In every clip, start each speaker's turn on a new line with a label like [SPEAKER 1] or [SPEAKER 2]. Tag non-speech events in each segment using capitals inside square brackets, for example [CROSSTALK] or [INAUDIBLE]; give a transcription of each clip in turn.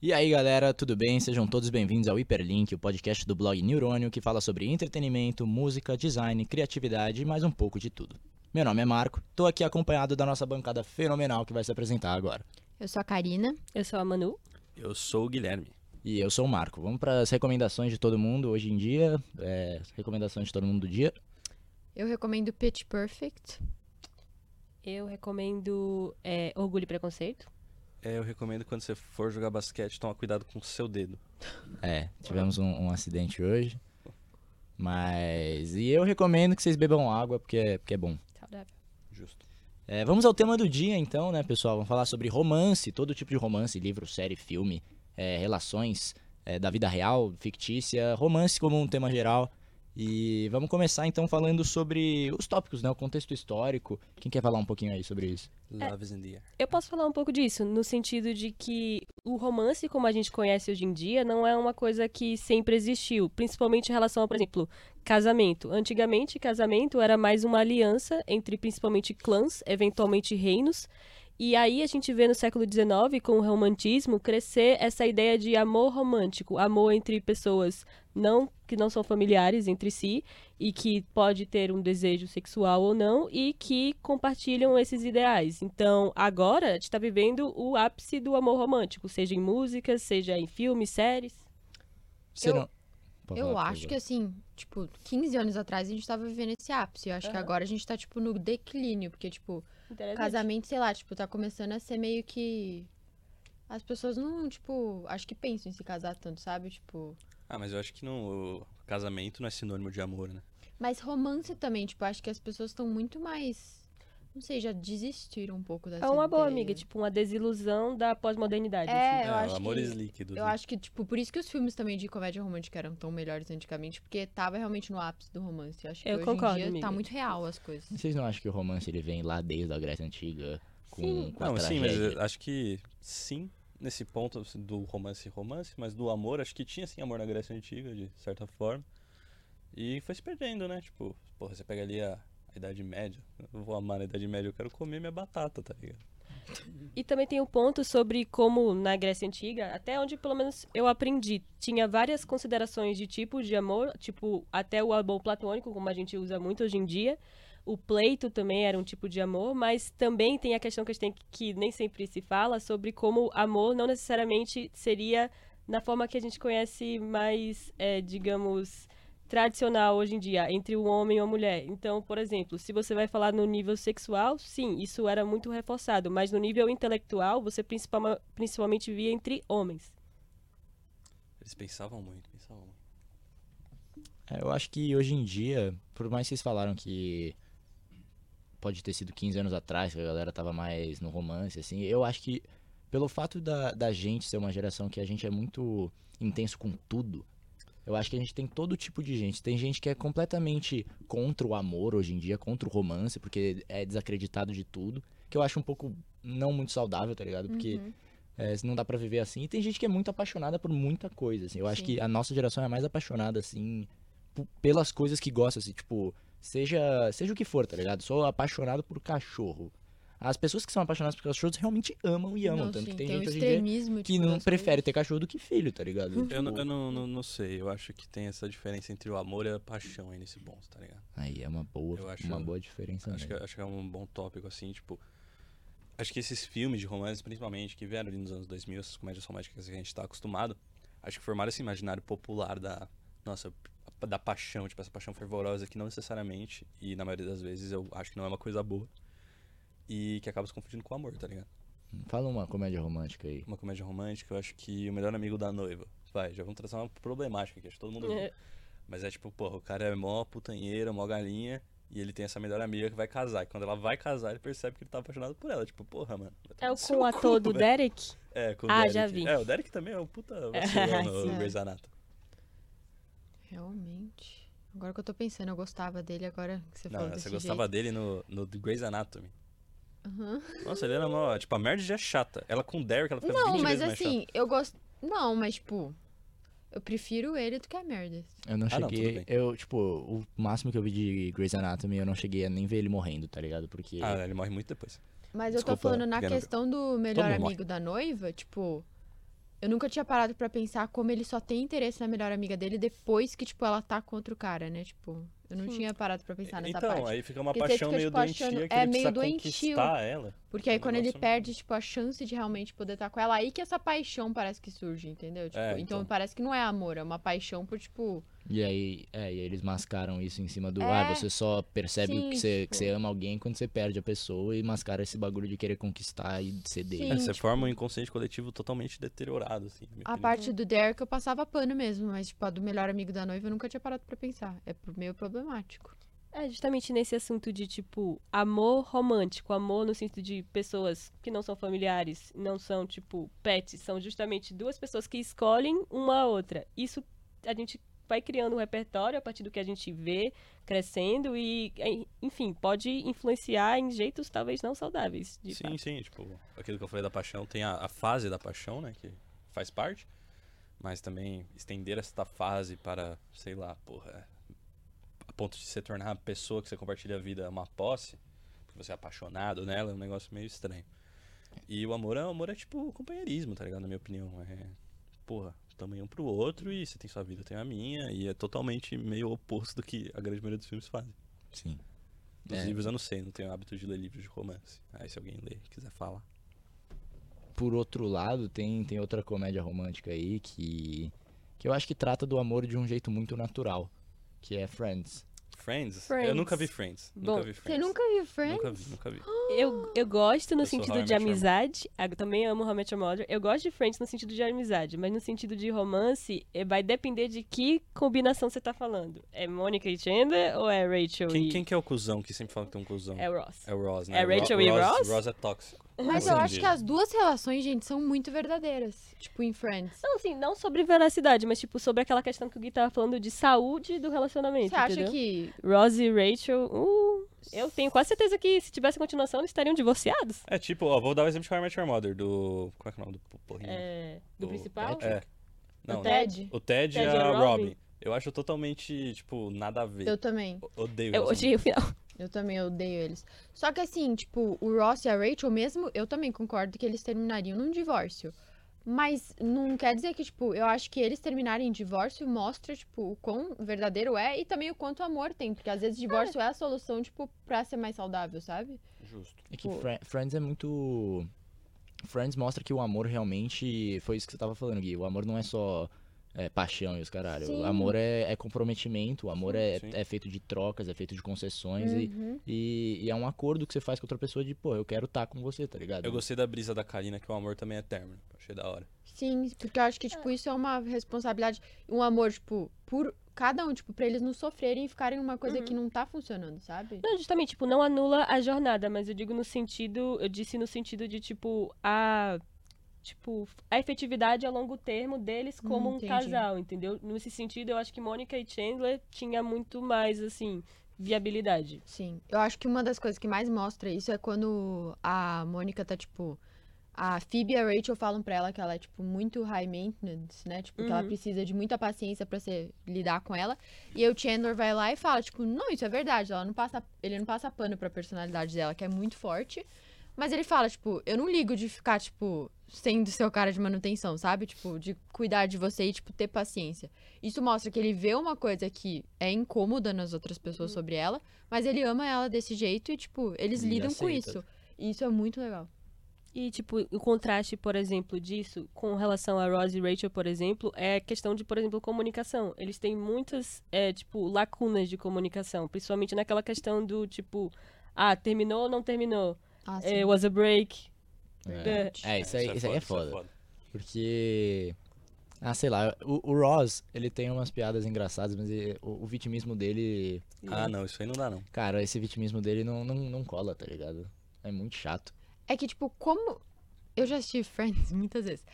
[SPEAKER 1] E aí galera, tudo bem? Sejam todos bem-vindos ao Hiperlink, o podcast do blog Neurônio que fala sobre entretenimento, música, design, criatividade e mais um pouco de tudo. Meu nome é Marco, tô aqui acompanhado da nossa bancada fenomenal que vai se apresentar agora.
[SPEAKER 2] Eu sou a Karina.
[SPEAKER 3] Eu sou a Manu.
[SPEAKER 4] Eu sou o Guilherme.
[SPEAKER 1] E eu sou o Marco. Vamos para as recomendações de todo mundo hoje em dia, é, recomendações de todo mundo do dia.
[SPEAKER 2] Eu recomendo Pitch Perfect.
[SPEAKER 3] Eu recomendo é, Orgulho e Preconceito.
[SPEAKER 4] É, eu recomendo quando você for jogar basquete, tomar cuidado com o seu dedo.
[SPEAKER 1] É, tivemos um, um acidente hoje. Mas. E eu recomendo que vocês bebam água, porque é, porque é bom.
[SPEAKER 3] Saudável.
[SPEAKER 4] Justo.
[SPEAKER 1] É, vamos ao tema do dia, então, né, pessoal? Vamos falar sobre romance, todo tipo de romance, livro, série, filme, é, relações é, da vida real, fictícia, romance como um tema geral. E vamos começar, então, falando sobre os tópicos, né? O contexto histórico. Quem quer falar um pouquinho aí sobre isso?
[SPEAKER 2] É.
[SPEAKER 4] Love is in the air.
[SPEAKER 3] Eu posso falar um pouco disso, no sentido de que o romance, como a gente conhece hoje em dia, não é uma coisa que sempre existiu, principalmente em relação, a, por exemplo, casamento. Antigamente, casamento era mais uma aliança entre principalmente clãs, eventualmente reinos. E aí a gente vê no século XIX, com o romantismo, crescer essa ideia de amor romântico, amor entre pessoas não que não são familiares entre si e que pode ter um desejo sexual ou não e que compartilham esses ideais. Então, agora a gente está vivendo o ápice do amor romântico, seja em músicas, seja em filmes, séries.
[SPEAKER 1] Você
[SPEAKER 2] Eu-
[SPEAKER 1] não- Pode
[SPEAKER 2] eu
[SPEAKER 1] falar, por
[SPEAKER 2] acho
[SPEAKER 1] favor.
[SPEAKER 2] que assim, tipo, 15 anos atrás a gente tava vivendo esse ápice. Eu acho que
[SPEAKER 3] Aham. É
[SPEAKER 2] agora a gente tá, tipo, no declínio. Porque, tipo,
[SPEAKER 3] Interessante.
[SPEAKER 2] casamento, sei lá, tipo, tá começando a ser meio que. As pessoas não, tipo, acho que pensam em se casar tanto, sabe? Tipo.
[SPEAKER 4] Ah, mas eu acho que não, o casamento não é sinônimo de amor, né?
[SPEAKER 2] Mas romance também, tipo, acho que as pessoas estão muito mais. Não sei, já desistiram um pouco dessa
[SPEAKER 3] É uma boa,
[SPEAKER 2] ideia.
[SPEAKER 3] amiga, tipo uma desilusão da pós-modernidade. assim.
[SPEAKER 2] É, eu
[SPEAKER 4] Ah,
[SPEAKER 2] acho
[SPEAKER 4] amores
[SPEAKER 2] que...
[SPEAKER 4] líquidos.
[SPEAKER 2] Eu
[SPEAKER 4] né?
[SPEAKER 2] acho que, tipo, por isso que os filmes também de comédia romântica eram tão melhores antigamente, porque tava realmente no ápice do romance. Eu acho que
[SPEAKER 3] Eu
[SPEAKER 2] hoje
[SPEAKER 3] concordo,
[SPEAKER 2] em dia
[SPEAKER 3] amiga.
[SPEAKER 2] tá muito real as coisas.
[SPEAKER 1] Vocês não acham que o romance ele vem lá desde a Grécia Antiga? Com,
[SPEAKER 3] Sim.
[SPEAKER 1] com a
[SPEAKER 4] Não, sim,
[SPEAKER 1] tragédia?
[SPEAKER 4] mas eu acho que sim, nesse ponto assim, do romance romance, mas do amor, acho que tinha sim amor na Grécia Antiga, de certa forma. E foi se perdendo, né? Tipo, porra, você pega ali a, a Idade Média. Eu vou amar na Idade Média, eu quero comer minha batata, tá ligado?
[SPEAKER 3] E também tem o ponto sobre como na Grécia Antiga, até onde pelo menos eu aprendi, tinha várias considerações de tipo de amor, tipo até o amor platônico, como a gente usa muito hoje em dia. O pleito também era um tipo de amor, mas também tem a questão que a gente tem que, que nem sempre se fala sobre como amor não necessariamente seria na forma que a gente conhece mais, é, digamos, tradicional hoje em dia, entre um homem e uma mulher. Então, por exemplo, se você vai falar no nível sexual, sim, isso era muito reforçado, mas no nível intelectual, você principalma- principalmente via entre homens.
[SPEAKER 4] Eles pensavam muito, pensavam muito.
[SPEAKER 1] É, Eu acho que hoje em dia, por mais que vocês falaram que pode ter sido 15 anos atrás, que a galera tava mais no romance, assim, eu acho que pelo fato da, da gente ser uma geração que a gente é muito intenso com tudo, eu acho que a gente tem todo tipo de gente. Tem gente que é completamente contra o amor hoje em dia, contra o romance, porque é desacreditado de tudo, que eu acho um pouco não muito saudável, tá ligado? Porque
[SPEAKER 2] Uhum.
[SPEAKER 1] é, não dá pra viver assim. E tem gente que é muito apaixonada por muita coisa, assim. Eu acho
[SPEAKER 2] Sim.
[SPEAKER 1] que a nossa geração é a mais apaixonada, assim, p- pelas coisas que gosta, assim. Tipo, seja, seja o que for, tá ligado? Sou apaixonado por cachorro. As pessoas que são apaixonadas por cachorros realmente amam e amam.
[SPEAKER 2] Não,
[SPEAKER 1] tanto
[SPEAKER 2] sim,
[SPEAKER 1] que tem,
[SPEAKER 2] um
[SPEAKER 1] gente hoje em dia
[SPEAKER 2] extremismo,
[SPEAKER 1] que
[SPEAKER 2] tipo,
[SPEAKER 1] não
[SPEAKER 2] das
[SPEAKER 1] prefere ter
[SPEAKER 2] coisas.
[SPEAKER 1] cachorro do que filho, tá ligado?
[SPEAKER 4] Eu, não-
[SPEAKER 1] Tipo,
[SPEAKER 4] eu não, não, não sei, eu acho que tem essa diferença entre o amor e a paixão aí nesse ponto, tá ligado?
[SPEAKER 1] Aí é uma boa,
[SPEAKER 4] Eu acho-
[SPEAKER 1] uma boa diferença
[SPEAKER 4] Acho que,
[SPEAKER 1] mesmo.
[SPEAKER 4] acho que é um bom tópico, assim, tipo. Acho que esses filmes de romance, principalmente, que vieram ali nos anos 2000, essas comédias românticas que a gente tá acostumado, acho que formaram esse imaginário popular da. Nossa, da paixão, tipo, essa paixão fervorosa que não necessariamente, e na maioria das vezes eu acho que não é uma coisa boa, e que acaba se confundindo com o amor, tá ligado?
[SPEAKER 1] Fala uma comédia romântica aí.
[SPEAKER 4] Uma comédia romântica, eu acho que o melhor amigo da noiva. Vai, já vamos trazer uma problemática aqui, acho que todo mundo. viu.
[SPEAKER 3] É.
[SPEAKER 4] Mas é tipo, porra, o cara é mó putanheiro, mó galinha, e ele tem essa melhor amiga que vai casar. E quando ela vai casar, ele percebe que ele tá apaixonado por ela. Tipo, porra, mano. vai
[SPEAKER 3] É
[SPEAKER 4] tomar
[SPEAKER 3] o
[SPEAKER 4] no seu
[SPEAKER 3] com o ator
[SPEAKER 4] cu,
[SPEAKER 3] do
[SPEAKER 4] velho.
[SPEAKER 3] Derek.
[SPEAKER 4] É, com o
[SPEAKER 3] Ah,
[SPEAKER 4] Derek.
[SPEAKER 3] já vi.
[SPEAKER 4] É, o Derek também é
[SPEAKER 2] [LAUGHS]
[SPEAKER 4] um puta
[SPEAKER 3] É,
[SPEAKER 4] vacilão
[SPEAKER 2] sim.
[SPEAKER 4] no Grey's Anatomy.
[SPEAKER 2] Realmente. Agora que eu tô pensando, eu gostava dele agora que você falou
[SPEAKER 4] Não,
[SPEAKER 2] desse
[SPEAKER 4] você gostava
[SPEAKER 2] jeito.
[SPEAKER 4] dele no, no Grey's Anatomy.
[SPEAKER 2] Aham.
[SPEAKER 4] Nossa, ele era mó... Tipo, a merda já é chata. Ela com o Derek, ela ficava
[SPEAKER 2] Não,
[SPEAKER 4] 20
[SPEAKER 2] mas
[SPEAKER 4] vezes mais chata.
[SPEAKER 2] assim, eu gosto... Não, mas tipo... Eu prefiro ele do que a merda.
[SPEAKER 1] Eu não
[SPEAKER 4] Ah, não,
[SPEAKER 1] cheguei.
[SPEAKER 4] tudo bem.
[SPEAKER 1] eu, tipo, o máximo que eu vi de Grey's Anatomy, eu não cheguei a nem ver ele morrendo, tá ligado? Porque.
[SPEAKER 4] Ah, ele morre muito depois.
[SPEAKER 2] Mas eu
[SPEAKER 4] Desculpa,
[SPEAKER 2] tô falando na
[SPEAKER 4] Gabriel.
[SPEAKER 2] questão do melhor
[SPEAKER 4] mundo morre.
[SPEAKER 2] amigo da noiva, tipo. Eu nunca tinha parado pra pensar como ele só tem interesse na melhor amiga dele depois que, tipo, ela tá contra o cara, né? Tipo, eu não
[SPEAKER 3] Sim.
[SPEAKER 2] tinha parado pra pensar nessa
[SPEAKER 4] então,
[SPEAKER 2] tá parte.
[SPEAKER 4] aí fica uma
[SPEAKER 2] Porque você
[SPEAKER 4] paixão
[SPEAKER 2] fica,
[SPEAKER 4] meio
[SPEAKER 2] tipo, achando-
[SPEAKER 4] doentia que
[SPEAKER 2] é,
[SPEAKER 4] ele precisa
[SPEAKER 2] meio doentio.
[SPEAKER 4] conquistar ela.
[SPEAKER 2] Porque aí
[SPEAKER 4] é um
[SPEAKER 2] quando ele
[SPEAKER 4] negócio-
[SPEAKER 2] perde, tipo, a chance de realmente poder estar com ela, aí que essa paixão parece que surge, entendeu? Tipo,
[SPEAKER 4] É,
[SPEAKER 2] então.
[SPEAKER 4] então.
[SPEAKER 2] parece que não é amor, é uma paixão por, tipo,
[SPEAKER 1] E aí, é, e aí eles mascaram isso em cima do
[SPEAKER 2] É.
[SPEAKER 1] ar. Você só percebe
[SPEAKER 2] Sim,
[SPEAKER 1] que, você,
[SPEAKER 2] tipo-
[SPEAKER 1] que você ama alguém quando você perde a pessoa e mascara esse bagulho de querer conquistar e ceder.
[SPEAKER 2] Sim.
[SPEAKER 4] É, você
[SPEAKER 2] tipo-
[SPEAKER 4] forma um inconsciente coletivo totalmente deteriorado, assim. na minha
[SPEAKER 2] a
[SPEAKER 4] opinião.
[SPEAKER 2] parte do Derek eu passava pano mesmo, mas, tipo, a do melhor amigo da noiva eu nunca tinha parado pra pensar. É pro- meio problemático.
[SPEAKER 3] É justamente nesse assunto de, tipo, amor romântico, amor no sentido de pessoas que não são familiares, não são, tipo, pets, são justamente duas pessoas que escolhem uma a outra. Isso a gente vai criando um repertório a partir do que a gente vê crescendo e, é, enfim, pode influenciar em jeitos talvez não saudáveis. De
[SPEAKER 4] Sim,
[SPEAKER 3] fato.
[SPEAKER 4] sim, tipo, aquilo que eu falei da paixão, tem a, a fase da paixão, né, que faz parte, mas também estender esta fase para, sei lá, porra, é, a ponto de se tornar a pessoa que você compartilha a vida uma posse, porque você é apaixonado nela, é um negócio meio estranho. E o amor é, o amor é tipo companheirismo, tá ligado? Na minha opinião, é, porra, tamo aí um pro outro e você tem sua vida, eu tenho a minha, e é totalmente meio oposto do que a grande maioria dos filmes fazem.
[SPEAKER 2] [LAUGHS]
[SPEAKER 1] Sim.
[SPEAKER 4] Dos
[SPEAKER 1] É.
[SPEAKER 4] livros eu não sei, não tenho hábito de ler livros de romance. Aí se alguém ler, quiser falar.
[SPEAKER 1] Por outro lado, tem, tem outra comédia romântica aí que, que eu acho que trata do amor de um jeito muito natural, que é Friends.
[SPEAKER 4] Friends? Eu
[SPEAKER 3] Friends.
[SPEAKER 4] nunca vi Friends.
[SPEAKER 3] Bom,
[SPEAKER 4] nunca vi Friends.
[SPEAKER 2] Você nunca viu Friends?
[SPEAKER 4] Nunca vi, nunca vi.
[SPEAKER 3] Eu, eu gosto no
[SPEAKER 4] Eu sou How
[SPEAKER 3] sentido
[SPEAKER 4] I
[SPEAKER 3] de
[SPEAKER 4] Met Your Mother.
[SPEAKER 3] amizade. Ah, Eu também amo How I Met Your Mother. Eu gosto de Friends no sentido de amizade, mas no sentido de romance, eh, vai depender de que combinação você tá falando. É Monica e Chandler ou é Rachel
[SPEAKER 4] Quem,
[SPEAKER 3] e...
[SPEAKER 4] quem que é o cusão que sempre fala que tem um cuzão?
[SPEAKER 3] É o Ross.
[SPEAKER 4] É o Ross, né?
[SPEAKER 3] É Rachel e Ross?
[SPEAKER 4] Ross é tóxico.
[SPEAKER 2] Mas
[SPEAKER 4] Sim.
[SPEAKER 2] eu acho
[SPEAKER 4] Entendi.
[SPEAKER 2] que as duas relações, gente, são muito verdadeiras. Tipo, em Friends.
[SPEAKER 3] Não, assim, não sobre veracidade, mas tipo, sobre aquela questão que o Gui tava falando de saúde do relacionamento,
[SPEAKER 2] Você acha
[SPEAKER 3] entendeu?
[SPEAKER 2] que.
[SPEAKER 3] Ross e Rachel, uh, eu tenho quase certeza que se tivesse continuação eles estariam divorciados.
[SPEAKER 4] É tipo, ó, vou dar o exemplo de How I Met Your Mother, do... Como é que é o nome do porrinho?
[SPEAKER 3] É, do
[SPEAKER 4] O-
[SPEAKER 3] principal?
[SPEAKER 4] É. Não,
[SPEAKER 3] O
[SPEAKER 4] né?
[SPEAKER 3] Ted?
[SPEAKER 4] o Ted e
[SPEAKER 3] Ted e
[SPEAKER 4] a
[SPEAKER 3] a
[SPEAKER 4] Robin.
[SPEAKER 3] Robin.
[SPEAKER 4] Eu acho totalmente, tipo, nada a ver.
[SPEAKER 2] Eu também.
[SPEAKER 4] O- Odeio
[SPEAKER 3] Eu
[SPEAKER 4] isso.
[SPEAKER 3] odiei o final.
[SPEAKER 2] Eu também odeio eles. Só que assim, tipo, o Ross e a Rachel mesmo, eu também concordo que eles terminariam num divórcio. Mas não quer dizer que, tipo, eu acho que eles terminarem em divórcio mostra, tipo, o quão verdadeiro é e também o quanto amor tem. Porque às vezes divórcio é a solução, tipo, pra ser mais saudável, sabe?
[SPEAKER 4] Justo.
[SPEAKER 1] É que
[SPEAKER 2] Pô.
[SPEAKER 1] Fri- Friends é muito. Friends mostra que o amor realmente. Foi isso que você tava falando, Gui. O amor não é só é, paixão e os caralho.
[SPEAKER 2] Sim.
[SPEAKER 1] O amor é, é comprometimento, o amor é,
[SPEAKER 4] sim.
[SPEAKER 1] é feito de trocas, é feito de concessões e,
[SPEAKER 2] Uhum.
[SPEAKER 1] e, e é um acordo que você faz com outra pessoa de, pô, eu quero estar com você, tá ligado?
[SPEAKER 4] Eu gostei da brisa da Karina, que o amor também é término. Achei da hora.
[SPEAKER 2] Sim, porque eu acho que, tipo, isso é uma responsabilidade, um amor, tipo, por cada um, tipo, pra eles não sofrerem e ficarem numa coisa que não tá funcionando, sabe?
[SPEAKER 3] Não, justamente, tipo, não anula a jornada, mas eu digo no sentido, eu disse no sentido de, tipo, a. Tipo, a efetividade a longo termo deles como
[SPEAKER 2] Hum,
[SPEAKER 3] um
[SPEAKER 2] entendi.
[SPEAKER 3] casal, entendeu? Nesse sentido, eu acho que Mônica e Chandler tinha muito mais, assim, viabilidade.
[SPEAKER 2] Sim. Eu acho que uma das coisas que mais mostra isso é quando a Mônica tá, tipo. A Phoebe e a Rachel falam pra ela que ela é, tipo, muito high maintenance, né? Tipo, que ela
[SPEAKER 3] Uhum.
[SPEAKER 2] precisa de muita paciência pra se lidar com ela. E aí o Chandler vai lá e fala, tipo, não, isso é verdade. Ela não passa, ele não passa pano pra personalidade dela, que é muito forte. Mas ele fala, tipo, eu não ligo de ficar, tipo, sendo seu cara de manutenção, sabe? Tipo, de cuidar de você e, tipo, ter paciência. Isso mostra que ele vê uma coisa que é incômoda nas outras pessoas sobre ela, mas ele ama ela desse jeito e, tipo, eles
[SPEAKER 1] E
[SPEAKER 2] lidam com
[SPEAKER 1] aceita.
[SPEAKER 2] isso. E isso é muito legal.
[SPEAKER 3] E, tipo, o contraste, por exemplo, disso com relação a Ross e Rachel, por exemplo, é a questão de, por exemplo, comunicação. Eles têm muitas, é, tipo, lacunas de comunicação, principalmente naquela questão do, tipo, ah, terminou ou não terminou?
[SPEAKER 2] Ah, sim.
[SPEAKER 3] É, was a break.
[SPEAKER 1] É, É, isso aí, isso aí é
[SPEAKER 4] isso
[SPEAKER 1] foda. Porque. Ah, sei lá, o, o Ross, ele tem umas piadas engraçadas, mas ele- o, o vitimismo dele.
[SPEAKER 4] Ah, não, isso aí não dá, não.
[SPEAKER 1] Cara, esse vitimismo dele não, não, não cola, tá ligado? É muito chato.
[SPEAKER 2] É que, tipo, como. Eu já assisti Friends [LAUGHS] muitas vezes.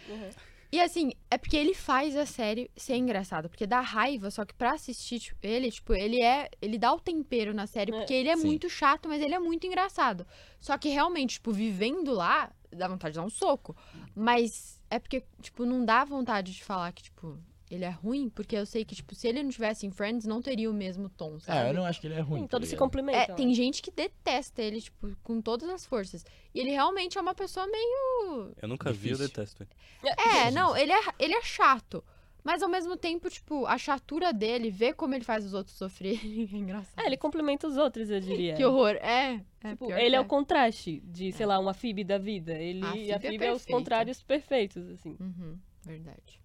[SPEAKER 2] E assim, é porque ele faz a série ser engraçada, porque dá raiva, só que pra assistir tipo, ele, tipo, ele é. Ele dá o tempero na série,
[SPEAKER 3] É.
[SPEAKER 2] porque ele é
[SPEAKER 1] Sim.
[SPEAKER 2] muito chato, mas ele é muito engraçado. Só que realmente, tipo, vivendo lá, dá vontade de dar um soco. Mas é porque, tipo, não dá vontade de falar que, tipo, ele é ruim, porque eu sei que, tipo, se ele não tivesse em Friends, não teria o mesmo tom, sabe?
[SPEAKER 1] Ah, eu não acho que ele é ruim.
[SPEAKER 3] Sim,
[SPEAKER 1] tá
[SPEAKER 3] todos Então se
[SPEAKER 1] ligado?
[SPEAKER 2] É,
[SPEAKER 3] complementam.
[SPEAKER 2] tem gente que detesta ele, tipo, com todas as forças. E ele realmente é uma pessoa meio.
[SPEAKER 4] Eu nunca vi,
[SPEAKER 1] Difícil.
[SPEAKER 4] eu detesto ele.
[SPEAKER 2] É, não, ele é, ele é chato. Mas ao mesmo tempo, tipo, a chatura dele, ver como ele faz os outros sofrerem, [LAUGHS] é engraçado.
[SPEAKER 3] É, ele complementa os outros, eu diria.
[SPEAKER 2] Que horror. É, é
[SPEAKER 3] Tipo,
[SPEAKER 2] pior
[SPEAKER 3] ele
[SPEAKER 2] que
[SPEAKER 3] é o contraste de, sei lá, uma Phoebe da vida. Ele,
[SPEAKER 2] A
[SPEAKER 3] a
[SPEAKER 2] Phoebe
[SPEAKER 3] Phoebe,
[SPEAKER 2] é
[SPEAKER 3] é os
[SPEAKER 2] perfeita.
[SPEAKER 3] contrários perfeitos, assim.
[SPEAKER 2] Uhum, verdade.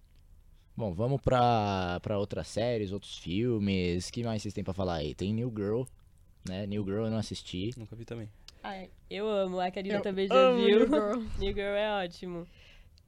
[SPEAKER 1] Bom, vamos pra, pra outras séries, outros filmes. que mais vocês têm pra falar aí? Tem New Girl, né? New Girl eu não assisti.
[SPEAKER 4] Nunca vi também.
[SPEAKER 3] Ai, eu amo, a Karina
[SPEAKER 1] Eu
[SPEAKER 3] também já
[SPEAKER 1] amo
[SPEAKER 3] viu. [LAUGHS]
[SPEAKER 2] New Girl.
[SPEAKER 3] New Girl é ótimo.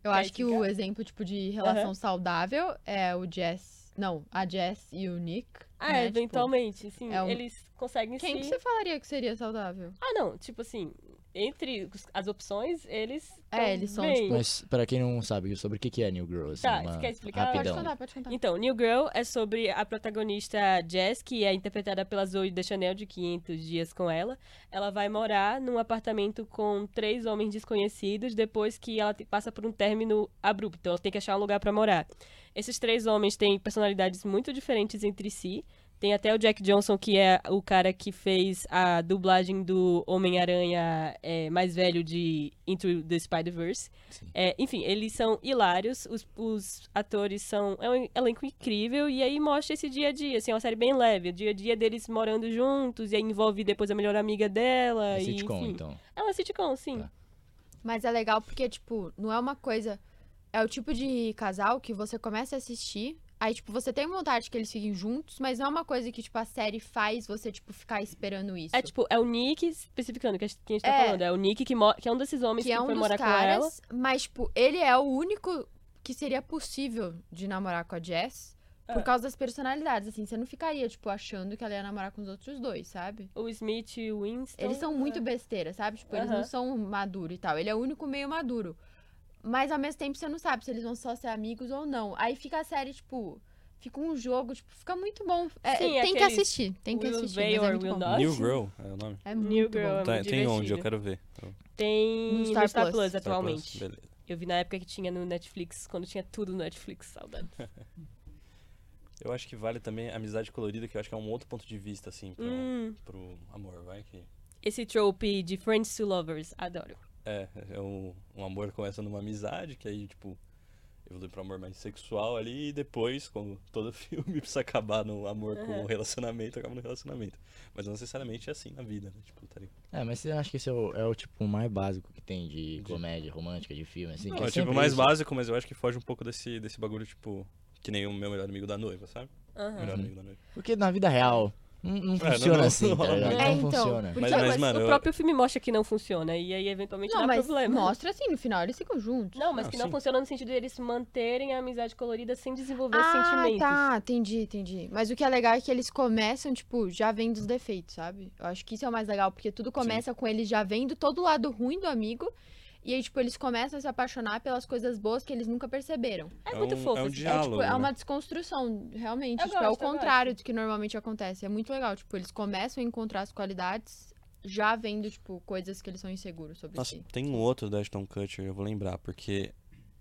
[SPEAKER 2] Eu
[SPEAKER 3] Quer
[SPEAKER 2] acho que o
[SPEAKER 3] explicar?
[SPEAKER 2] exemplo, tipo, de relação
[SPEAKER 3] Aham.
[SPEAKER 2] saudável é o Jess. Não, a Jess e o Nick.
[SPEAKER 3] Ah,
[SPEAKER 2] né? Tipo,
[SPEAKER 3] eventualmente, sim.
[SPEAKER 2] é um-
[SPEAKER 3] Eles conseguem
[SPEAKER 2] quem que
[SPEAKER 3] se...
[SPEAKER 2] você falaria que seria saudável?
[SPEAKER 3] Ah, não, tipo assim, entre os- as opções, eles
[SPEAKER 2] É,
[SPEAKER 3] tão
[SPEAKER 2] eles são,
[SPEAKER 3] bem.
[SPEAKER 2] tipo,
[SPEAKER 1] Mas pra quem não sabe sobre o que que é New Girl, assim,
[SPEAKER 3] Tá,
[SPEAKER 1] uma-
[SPEAKER 3] você quer explicar?
[SPEAKER 2] Pode
[SPEAKER 1] Rapidão.
[SPEAKER 2] contar, pode contar.
[SPEAKER 3] Então, New Girl é sobre a protagonista Jess, que é interpretada pela Zoe Deschanel, de 500 dias com ela. Ela vai morar num apartamento com três homens desconhecidos depois que ela te- passa por um término abrupto. Então, ela tem que achar um lugar pra morar. Esses três homens têm personalidades muito diferentes entre si. Tem até o Jack Johnson, que é o cara que fez a dublagem do Homem-Aranha é, mais velho de Into the Spider-Verse. É, enfim, eles são hilários, os, os atores são. É um elenco incrível, e aí mostra esse dia a dia, assim, é uma série bem leve. O dia a dia deles morando juntos, e aí envolve depois a melhor amiga dela.
[SPEAKER 1] É
[SPEAKER 3] e,
[SPEAKER 1] sitcom,
[SPEAKER 3] enfim.
[SPEAKER 1] então.
[SPEAKER 3] É uma sitcom, sim.
[SPEAKER 1] Tá.
[SPEAKER 2] Mas é legal porque, tipo, não é uma coisa. É o tipo de casal que você começa a assistir. Aí, tipo, você tem vontade que eles fiquem juntos, mas não é uma coisa que, tipo, a série faz você, tipo, ficar esperando isso.
[SPEAKER 3] É tipo, é o Nick, especificando que a gente que a gente tá
[SPEAKER 2] É.
[SPEAKER 3] falando, é o Nick que, mo- que é um desses homens que,
[SPEAKER 2] que é um
[SPEAKER 3] foi
[SPEAKER 2] dos
[SPEAKER 3] morar com ela.
[SPEAKER 2] caras, mas, tipo, ele é o único que seria possível de namorar com a Jess por
[SPEAKER 3] É.
[SPEAKER 2] causa das personalidades, assim. Você não ficaria, tipo, achando que ela ia namorar com os outros dois, sabe?
[SPEAKER 3] O Smith e o Winston. Ah,
[SPEAKER 2] Eles são muito besteira, sabe? Tipo, eles não
[SPEAKER 3] Então, é. Aham.
[SPEAKER 2] são maduro e tal. Ele é o único meio maduro. Mas ao mesmo tempo você não sabe se eles vão só ser amigos ou não. Aí fica a série, tipo, fica um jogo, tipo, fica muito bom. É,
[SPEAKER 3] Sim,
[SPEAKER 2] tem que
[SPEAKER 3] aqueles
[SPEAKER 2] assistir, tem que
[SPEAKER 3] will
[SPEAKER 2] assistir. Mas
[SPEAKER 3] they
[SPEAKER 2] é
[SPEAKER 3] or
[SPEAKER 2] muito
[SPEAKER 3] will
[SPEAKER 2] bom.
[SPEAKER 3] not. Nossa.
[SPEAKER 4] New Girl é o nome?
[SPEAKER 2] É
[SPEAKER 3] New
[SPEAKER 2] muito
[SPEAKER 3] Girl
[SPEAKER 2] bom.
[SPEAKER 3] é
[SPEAKER 4] Tá,
[SPEAKER 3] muito
[SPEAKER 4] tem onde?
[SPEAKER 3] divertido.
[SPEAKER 4] Eu quero ver. Então,
[SPEAKER 3] Tem
[SPEAKER 2] No Star Plus.
[SPEAKER 3] Plus
[SPEAKER 2] Star
[SPEAKER 4] Star Plus,
[SPEAKER 3] atualmente.
[SPEAKER 4] beleza.
[SPEAKER 3] Eu vi na época que tinha no Netflix, quando tinha tudo no Netflix, saudade.
[SPEAKER 4] Tá Eu acho que vale também a amizade colorida, que eu acho que é um outro ponto de vista, assim, pro,
[SPEAKER 3] Hum,
[SPEAKER 4] pro amor, vai que...
[SPEAKER 3] esse trope de Friends to Lovers, adoro.
[SPEAKER 4] É, é um, um amor começa numa amizade, que aí, tipo, evolui pra um amor mais sexual ali, e depois, como todo [LAUGHS] filme, precisa acabar no amor com
[SPEAKER 3] Aham.
[SPEAKER 4] o relacionamento, acaba no relacionamento. Mas não necessariamente é assim na vida, né? Tipo, tá ligado?
[SPEAKER 1] É, mas você acha que esse é o, é o tipo mais básico que tem de
[SPEAKER 4] De-
[SPEAKER 1] comédia romântica, de filme, assim? que
[SPEAKER 4] Não, é tipo
[SPEAKER 1] sempre
[SPEAKER 4] mais
[SPEAKER 1] isso.
[SPEAKER 4] básico, mas eu acho que foge um pouco desse, desse bagulho, tipo, que nem o meu melhor amigo da noiva, sabe?
[SPEAKER 3] Aham.
[SPEAKER 4] Melhor
[SPEAKER 1] Uhum.
[SPEAKER 4] amigo da noiva.
[SPEAKER 1] Porque na vida real não, não
[SPEAKER 4] não-
[SPEAKER 1] funciona
[SPEAKER 4] não-
[SPEAKER 1] assim,
[SPEAKER 4] não
[SPEAKER 1] tá
[SPEAKER 4] rola
[SPEAKER 1] ligado?
[SPEAKER 4] muito.
[SPEAKER 1] Não
[SPEAKER 2] É, então,
[SPEAKER 1] funciona.
[SPEAKER 2] por-
[SPEAKER 4] Mas,
[SPEAKER 2] Porque-
[SPEAKER 4] mas,
[SPEAKER 2] mas
[SPEAKER 4] mano,
[SPEAKER 3] O
[SPEAKER 4] eu-
[SPEAKER 3] próprio filme mostra que não funciona, e aí eventualmente
[SPEAKER 2] Não,
[SPEAKER 3] dá
[SPEAKER 2] mas
[SPEAKER 3] problema.
[SPEAKER 2] mostra assim, no final eles ficam juntos.
[SPEAKER 3] Não, mas
[SPEAKER 4] Ah,
[SPEAKER 3] que não
[SPEAKER 4] sim.
[SPEAKER 3] funciona no sentido de eles manterem a amizade colorida sem desenvolver
[SPEAKER 2] Ah,
[SPEAKER 3] sentimentos.
[SPEAKER 2] tá, entendi, entendi. Mas o que é legal é que eles começam, tipo, já vendo os defeitos, sabe? Eu acho que isso é o mais legal, porque tudo começa com eles já vendo todo o lado ruim do amigo. E aí, tipo, eles começam a se apaixonar pelas coisas boas que eles nunca perceberam.
[SPEAKER 3] É muito
[SPEAKER 4] um-
[SPEAKER 3] fofo.
[SPEAKER 4] é um
[SPEAKER 3] assim.
[SPEAKER 4] dia-
[SPEAKER 2] É, tipo,
[SPEAKER 4] Diálogo,
[SPEAKER 2] é
[SPEAKER 4] né?
[SPEAKER 2] uma desconstrução, realmente.
[SPEAKER 3] Eu
[SPEAKER 2] tipo, é o
[SPEAKER 3] gosto, eu
[SPEAKER 2] contrário do que normalmente acontece. É muito legal, tipo, eles começam a encontrar as qualidades já vendo, tipo, coisas que eles são inseguros sobre
[SPEAKER 4] Nossa,
[SPEAKER 2] si.
[SPEAKER 4] tem um outro da Ashton Kutcher, eu vou lembrar, porque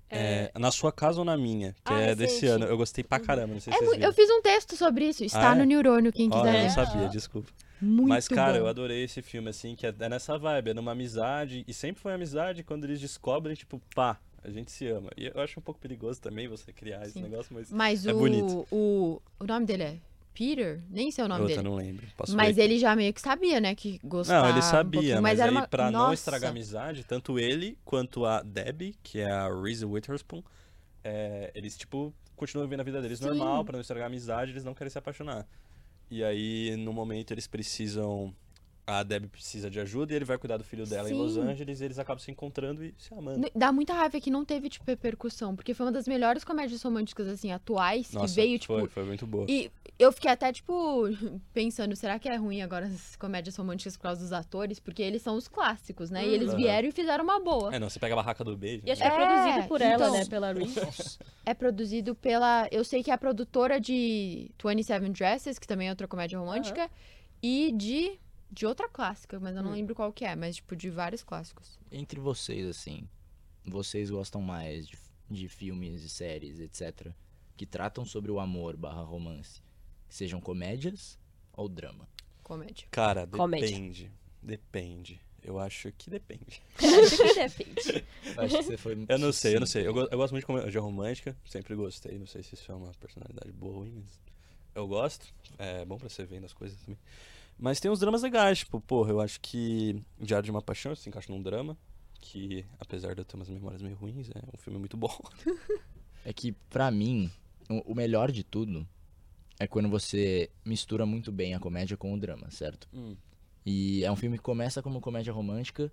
[SPEAKER 3] É,
[SPEAKER 4] é, na sua casa ou na minha, que
[SPEAKER 3] Ah,
[SPEAKER 4] é desse
[SPEAKER 3] recente.
[SPEAKER 4] ano. Eu gostei pra caramba, não sei
[SPEAKER 2] É
[SPEAKER 4] se vocês
[SPEAKER 2] mui-
[SPEAKER 4] viram.
[SPEAKER 2] eu fiz um texto sobre isso. Está
[SPEAKER 4] Ah, é?
[SPEAKER 2] no neurônio, quem
[SPEAKER 4] Olha, eu
[SPEAKER 2] quiser
[SPEAKER 4] não
[SPEAKER 2] ler.
[SPEAKER 4] sabia, desculpa.
[SPEAKER 2] Muito
[SPEAKER 4] Mas, cara,
[SPEAKER 2] bom.
[SPEAKER 4] eu adorei esse filme, assim, que é é nessa vibe, é numa amizade, e sempre foi amizade quando eles descobrem, tipo, pá, a gente se ama. E eu acho um pouco perigoso também você criar esse
[SPEAKER 2] Sim.
[SPEAKER 4] negócio, mas.
[SPEAKER 2] Mas
[SPEAKER 4] É
[SPEAKER 2] o,
[SPEAKER 4] bonito.
[SPEAKER 2] o. O nome dele é Peter? Nem sei é o nome
[SPEAKER 4] eu
[SPEAKER 2] dele.
[SPEAKER 4] não lembro. Posso
[SPEAKER 2] Mas
[SPEAKER 4] ver.
[SPEAKER 2] ele já meio que sabia, né? Que gostava.
[SPEAKER 4] Não,
[SPEAKER 2] um
[SPEAKER 4] ele
[SPEAKER 2] pouquinho,
[SPEAKER 4] sabia, mas,
[SPEAKER 2] era
[SPEAKER 4] aí,
[SPEAKER 2] uma...
[SPEAKER 4] pra
[SPEAKER 2] Nossa,
[SPEAKER 4] não estragar a amizade, tanto ele quanto a Debbie, que é a Reese Witherspoon, é, eles, tipo, continuam vivendo a vida deles
[SPEAKER 2] Sim.
[SPEAKER 4] normal, pra não estragar a amizade, eles não querem se apaixonar. E aí, no momento, eles precisam. A Debbie precisa de ajuda e ele vai cuidar do filho dela em Los
[SPEAKER 2] Sim.
[SPEAKER 4] Angeles e eles acabam se encontrando e se amando.
[SPEAKER 2] N- Dá muita raiva que não teve, tipo, repercussão. Porque foi uma das melhores comédias românticas, assim, atuais.
[SPEAKER 4] Nossa,
[SPEAKER 2] que veio, tipo.
[SPEAKER 4] foi, foi muito boa.
[SPEAKER 2] E eu fiquei até, tipo, [LAUGHS] pensando, será que é ruim agora as comédias românticas por causa dos atores? Porque eles são os clássicos, né? E eles
[SPEAKER 4] Aham.
[SPEAKER 2] vieram e fizeram uma boa.
[SPEAKER 4] É, não, você pega a barraca do beijo.
[SPEAKER 3] E acho
[SPEAKER 4] né?
[SPEAKER 3] que é, produzido por ela,
[SPEAKER 2] então-
[SPEAKER 3] né? Pela
[SPEAKER 2] [LAUGHS]
[SPEAKER 3] Reese.
[SPEAKER 2] É produzido pela. Eu sei que é a produtora de 27 Dresses, que também é outra comédia romântica, e de. De outra clássica, mas eu não
[SPEAKER 3] Hum.
[SPEAKER 2] lembro qual que é, mas tipo, de vários clássicos.
[SPEAKER 1] Entre vocês, assim, vocês gostam mais de, de filmes e séries, etc. que tratam sobre o amor barra romance sejam comédias ou drama?
[SPEAKER 2] Comédia.
[SPEAKER 4] Cara,
[SPEAKER 3] Comédia.
[SPEAKER 4] depende. Depende. Eu acho que depende.
[SPEAKER 3] [LAUGHS] Acho que é depende.
[SPEAKER 1] Eu acho que você
[SPEAKER 4] [LAUGHS]
[SPEAKER 1] foi muito
[SPEAKER 4] Eu não sei, eu não
[SPEAKER 1] sucinto.
[SPEAKER 4] sei. Eu, go- eu gosto muito de comédia romântica, sempre gostei. Não sei se isso é uma personalidade boa ou ruim, mas eu gosto. É bom pra você vendo as coisas também. Mas tem uns dramas legais, tipo, porra, eu acho que Diário de uma Paixão se encaixa num drama, que apesar de eu ter umas memórias meio ruins, é um filme muito bom. [LAUGHS]
[SPEAKER 1] É que, pra mim, o o melhor de tudo é quando você mistura muito bem a comédia com o drama, certo? E é um filme que começa como comédia romântica,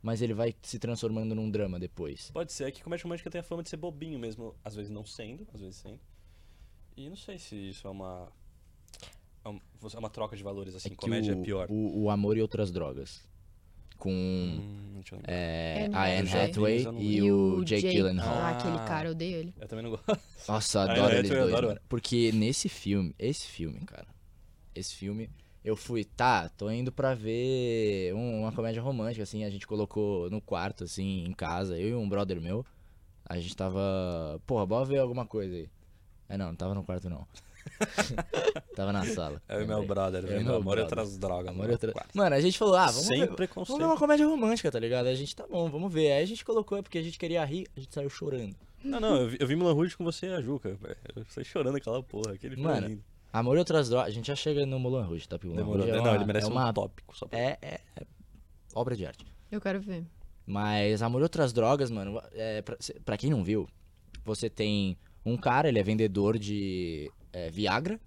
[SPEAKER 1] mas ele vai se transformando num drama depois.
[SPEAKER 4] Pode ser é que comédia romântica tem a fama de ser bobinho mesmo, às vezes não sendo, às vezes sendo. E não sei se isso é uma. É um- é uma troca de valores, assim,
[SPEAKER 1] é que
[SPEAKER 4] comédia
[SPEAKER 1] o,
[SPEAKER 4] é pior.
[SPEAKER 1] O, o Amor e Outras Drogas. Com
[SPEAKER 4] Hum, deixa eu lembrar.
[SPEAKER 1] é,
[SPEAKER 2] É
[SPEAKER 1] a
[SPEAKER 2] mesmo.
[SPEAKER 1] Anne
[SPEAKER 2] Já vi,
[SPEAKER 1] Hathaway
[SPEAKER 4] mas eu não
[SPEAKER 1] e o Jake Gyllenhaal.
[SPEAKER 2] Ah,
[SPEAKER 4] Ah.
[SPEAKER 2] aquele cara, eu odeio ele.
[SPEAKER 4] Eu também não gosto.
[SPEAKER 1] Nossa,
[SPEAKER 4] Anne
[SPEAKER 1] adoro eles
[SPEAKER 4] Hathaway, eu
[SPEAKER 1] dois,
[SPEAKER 4] adoro
[SPEAKER 1] mano. Porque nesse filme, esse filme, cara, esse filme, eu fui, tá, tô indo pra ver um- uma comédia romântica, assim, a gente colocou no quarto, assim, em casa, eu e um brother meu, a gente tava, porra, bora ver alguma coisa aí. É, não, não tava no quarto,
[SPEAKER 4] [LAUGHS]
[SPEAKER 1] não. tava na sala.
[SPEAKER 4] É o meu
[SPEAKER 1] lembrei.
[SPEAKER 4] brother,
[SPEAKER 1] É
[SPEAKER 4] vendo
[SPEAKER 1] meu
[SPEAKER 4] Amor e
[SPEAKER 1] brother.
[SPEAKER 4] Outras Drogas.
[SPEAKER 1] Amor e
[SPEAKER 4] né?
[SPEAKER 1] outra...
[SPEAKER 4] Quatro.
[SPEAKER 1] Mano, a gente falou, ah, vamos
[SPEAKER 4] Sem
[SPEAKER 1] ver,
[SPEAKER 4] preconceito.
[SPEAKER 1] Vamos ver uma comédia romântica, tá ligado? A gente tá bom, vamos ver. Aí a gente colocou, é porque a gente queria rir, a gente saiu chorando.
[SPEAKER 4] Não, não, eu vi, eu vi Mulan Rouge com você e a Juca. velho. Eu saí chorando aquela porra, aquele filme
[SPEAKER 1] Mano,
[SPEAKER 4] lindo.
[SPEAKER 1] Amor e outras drogas. A gente já chega no Mulan Rouge, tá? Porque o Mulan
[SPEAKER 4] Demorou.
[SPEAKER 1] Rouge é
[SPEAKER 4] não,
[SPEAKER 1] uma-
[SPEAKER 4] ele merece
[SPEAKER 1] é uma,
[SPEAKER 4] um tópico só pra...
[SPEAKER 1] é, é, é obra de arte.
[SPEAKER 2] Eu quero ver.
[SPEAKER 1] Mas Amor e outras drogas, mano, é, pra, cê- pra quem não viu, você tem um cara, ele é vendedor de é, Viagra.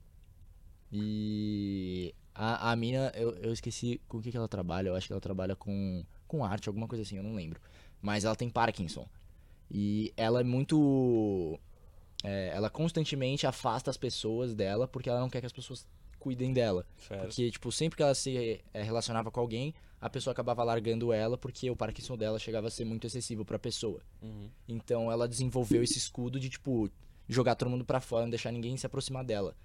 [SPEAKER 1] E a, a mina, eu, eu esqueci com o que, que ela trabalha. Eu acho que ela trabalha com, com arte, alguma coisa assim, eu não lembro. Mas ela tem Parkinson. E ela é muito. é, ela constantemente afasta as pessoas dela porque ela não quer que as pessoas cuidem dela.
[SPEAKER 4] Sério.
[SPEAKER 1] Porque, tipo, sempre que ela se eh, relacionava com alguém, a pessoa acabava largando ela porque o Parkinson dela chegava a ser muito excessivo pra pessoa.
[SPEAKER 4] Uhum.
[SPEAKER 1] Então ela desenvolveu esse escudo de, tipo, jogar todo mundo pra fora, não deixar ninguém se aproximar dela.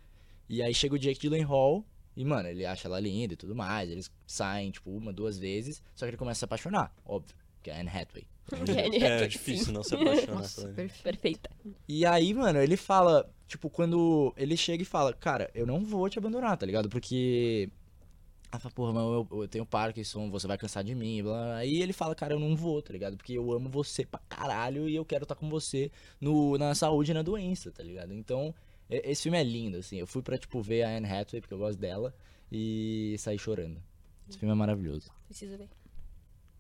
[SPEAKER 1] E aí chega o Jake Gyllenhaal e, mano, ele acha ela linda e tudo mais. Eles saem, tipo, uma, duas vezes. Só que ele começa a se apaixonar, óbvio, que é a Anne Hathaway.
[SPEAKER 2] [LAUGHS]
[SPEAKER 3] Kenny
[SPEAKER 4] É,
[SPEAKER 3] Hathaway,
[SPEAKER 4] difícil
[SPEAKER 3] sim.
[SPEAKER 4] não se apaixonar.
[SPEAKER 2] Nossa,
[SPEAKER 4] pela-
[SPEAKER 2] perfeito.
[SPEAKER 3] Perfeita.
[SPEAKER 1] E aí, mano, ele fala, tipo, quando ele chega e fala, cara, eu não vou te abandonar, tá ligado? Porque. Ela fala, porra, mas eu, eu tenho Parkinson, você vai cansar de mim, blá, blá, blá. Aí ele fala, cara, eu não vou, tá ligado? Porque eu amo você pra caralho e eu quero estar com você no, na saúde e na doença, tá ligado? Então, e- esse filme é lindo, assim. Eu fui pra, tipo, ver a Anne Hathaway, porque eu gosto dela, e saí chorando. Esse filme é maravilhoso.
[SPEAKER 3] Preciso ver.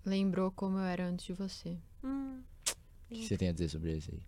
[SPEAKER 2] Lembrou como eu era antes de você.
[SPEAKER 3] Hum,
[SPEAKER 1] O que você tem a dizer sobre esse aí?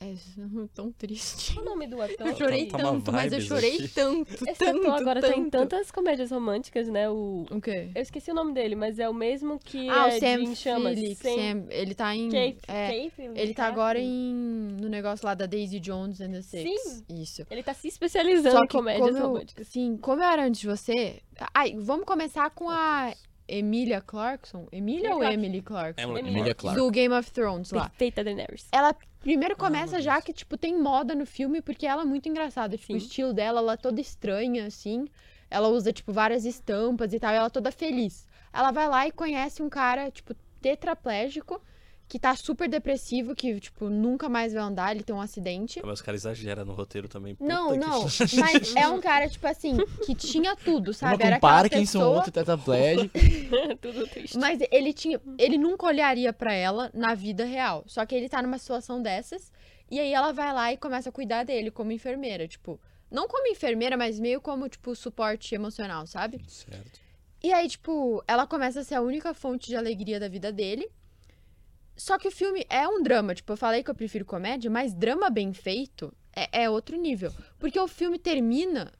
[SPEAKER 2] É [LAUGHS] isso é tão triste.
[SPEAKER 3] qual o nome do ator?
[SPEAKER 2] Eu chorei
[SPEAKER 4] tá uma assim.
[SPEAKER 2] tanto, mas eu
[SPEAKER 4] vibes
[SPEAKER 2] chorei
[SPEAKER 4] aqui.
[SPEAKER 2] tanto,
[SPEAKER 3] Esse
[SPEAKER 2] tanto,
[SPEAKER 3] ator agora
[SPEAKER 2] tanto.
[SPEAKER 3] tá em tantas comédias românticas, né? O...
[SPEAKER 2] O quê?
[SPEAKER 3] Eu esqueci o nome dele, mas é o mesmo que
[SPEAKER 2] Ah,
[SPEAKER 3] é
[SPEAKER 2] o Sam
[SPEAKER 3] de Em Chamas.
[SPEAKER 2] Felix.
[SPEAKER 3] Sam...
[SPEAKER 2] Sam- ele tá em...
[SPEAKER 3] Cape,
[SPEAKER 2] é,
[SPEAKER 3] Cape,
[SPEAKER 2] ele tá
[SPEAKER 3] Cape.
[SPEAKER 2] agora em... No negócio lá da Daisy Jones and the Six.
[SPEAKER 3] Sim.
[SPEAKER 2] Isso.
[SPEAKER 3] Ele tá se especializando
[SPEAKER 2] Só
[SPEAKER 3] em então
[SPEAKER 2] que
[SPEAKER 3] comédias
[SPEAKER 2] como eu-
[SPEAKER 3] românticas.
[SPEAKER 2] Sim, como eu era antes de você... Ai, vamos começar com a Emilia Clarkson. Emilia
[SPEAKER 3] Emilia
[SPEAKER 2] ou
[SPEAKER 3] Clarke.
[SPEAKER 2] Emily Clarkson?
[SPEAKER 4] Emily
[SPEAKER 3] Emily
[SPEAKER 1] Emilia
[SPEAKER 4] Clarke.
[SPEAKER 1] Clarke.
[SPEAKER 2] Do Game of Thrones lá.
[SPEAKER 3] Perfeita Daenerys.
[SPEAKER 2] Ela primeiro começa
[SPEAKER 4] meu
[SPEAKER 2] já
[SPEAKER 4] Deus.
[SPEAKER 2] que, tipo, tem moda no filme, porque ela é muito engraçada. Tipo, o
[SPEAKER 3] Sim.
[SPEAKER 2] estilo dela, ela é toda estranha, assim. Ela usa, tipo, várias estampas e tal, e ela é toda feliz. Ela vai lá e conhece um cara, tipo, tetraplégico, que tá super depressivo, que, tipo, nunca mais vai andar, ele tem um acidente.
[SPEAKER 4] Mas os caras exageram no roteiro também. puta
[SPEAKER 2] Não,
[SPEAKER 4] que-
[SPEAKER 2] não. Mas é um cara, tipo assim, que tinha tudo, sabe?
[SPEAKER 1] Uma com
[SPEAKER 2] aquela
[SPEAKER 1] Parkinson,
[SPEAKER 2] pessoa-
[SPEAKER 1] outro
[SPEAKER 2] [LAUGHS]
[SPEAKER 1] tetraplégico.
[SPEAKER 3] [LAUGHS] Tudo triste.
[SPEAKER 2] É. mas ele tinha. Ele nunca olharia pra ela na vida real. Só que ele tá numa situação dessas. E aí ela vai lá e começa a cuidar dele como enfermeira. Tipo, não como enfermeira, mas meio como, tipo, suporte emocional, sabe?
[SPEAKER 4] Certo.
[SPEAKER 2] E aí, tipo, ela começa a ser a única fonte de alegria da vida dele. Só que o filme é um drama. Tipo, eu falei que eu prefiro comédia, mas drama bem feito é, é outro nível. Porque o filme termina.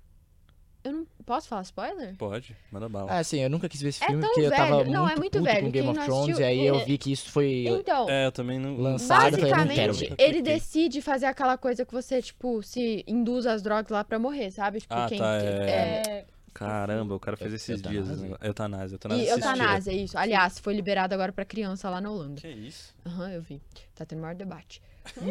[SPEAKER 2] Eu não posso falar spoiler?
[SPEAKER 4] Pode, manda bala.
[SPEAKER 1] Ah, sim, eu nunca quis ver esse
[SPEAKER 2] É
[SPEAKER 1] filme
[SPEAKER 2] tão
[SPEAKER 1] porque eu tava
[SPEAKER 2] velho.
[SPEAKER 1] muito,
[SPEAKER 2] Não, é muito
[SPEAKER 1] puto
[SPEAKER 2] velho.
[SPEAKER 1] com
[SPEAKER 2] Quem
[SPEAKER 1] Game of
[SPEAKER 2] não
[SPEAKER 1] Thrones
[SPEAKER 2] assistiu-
[SPEAKER 1] e aí eu
[SPEAKER 3] É.
[SPEAKER 1] vi que isso foi
[SPEAKER 2] Então,
[SPEAKER 4] É, eu também não...
[SPEAKER 1] lançado, eu falei, não quero
[SPEAKER 2] Basicamente,
[SPEAKER 1] ver.
[SPEAKER 2] ele decide fazer aquela coisa que você, tipo, se induz às drogas lá pra morrer, sabe? Tipo,
[SPEAKER 4] Ah,
[SPEAKER 2] quem.
[SPEAKER 4] tá, é.
[SPEAKER 3] É,
[SPEAKER 4] Caramba, o cara fez
[SPEAKER 1] Eu-
[SPEAKER 4] esses
[SPEAKER 1] eutanásia?
[SPEAKER 4] dias. esse negócio. Eutanásia, eutanásia.
[SPEAKER 2] E
[SPEAKER 4] assistida.
[SPEAKER 2] eutanásia, isso. Aliás, foi liberado agora pra criança lá na Holanda.
[SPEAKER 4] Que isso?
[SPEAKER 2] Aham, eu vi.
[SPEAKER 4] [LAUGHS]
[SPEAKER 2] Tá tendo maior debate.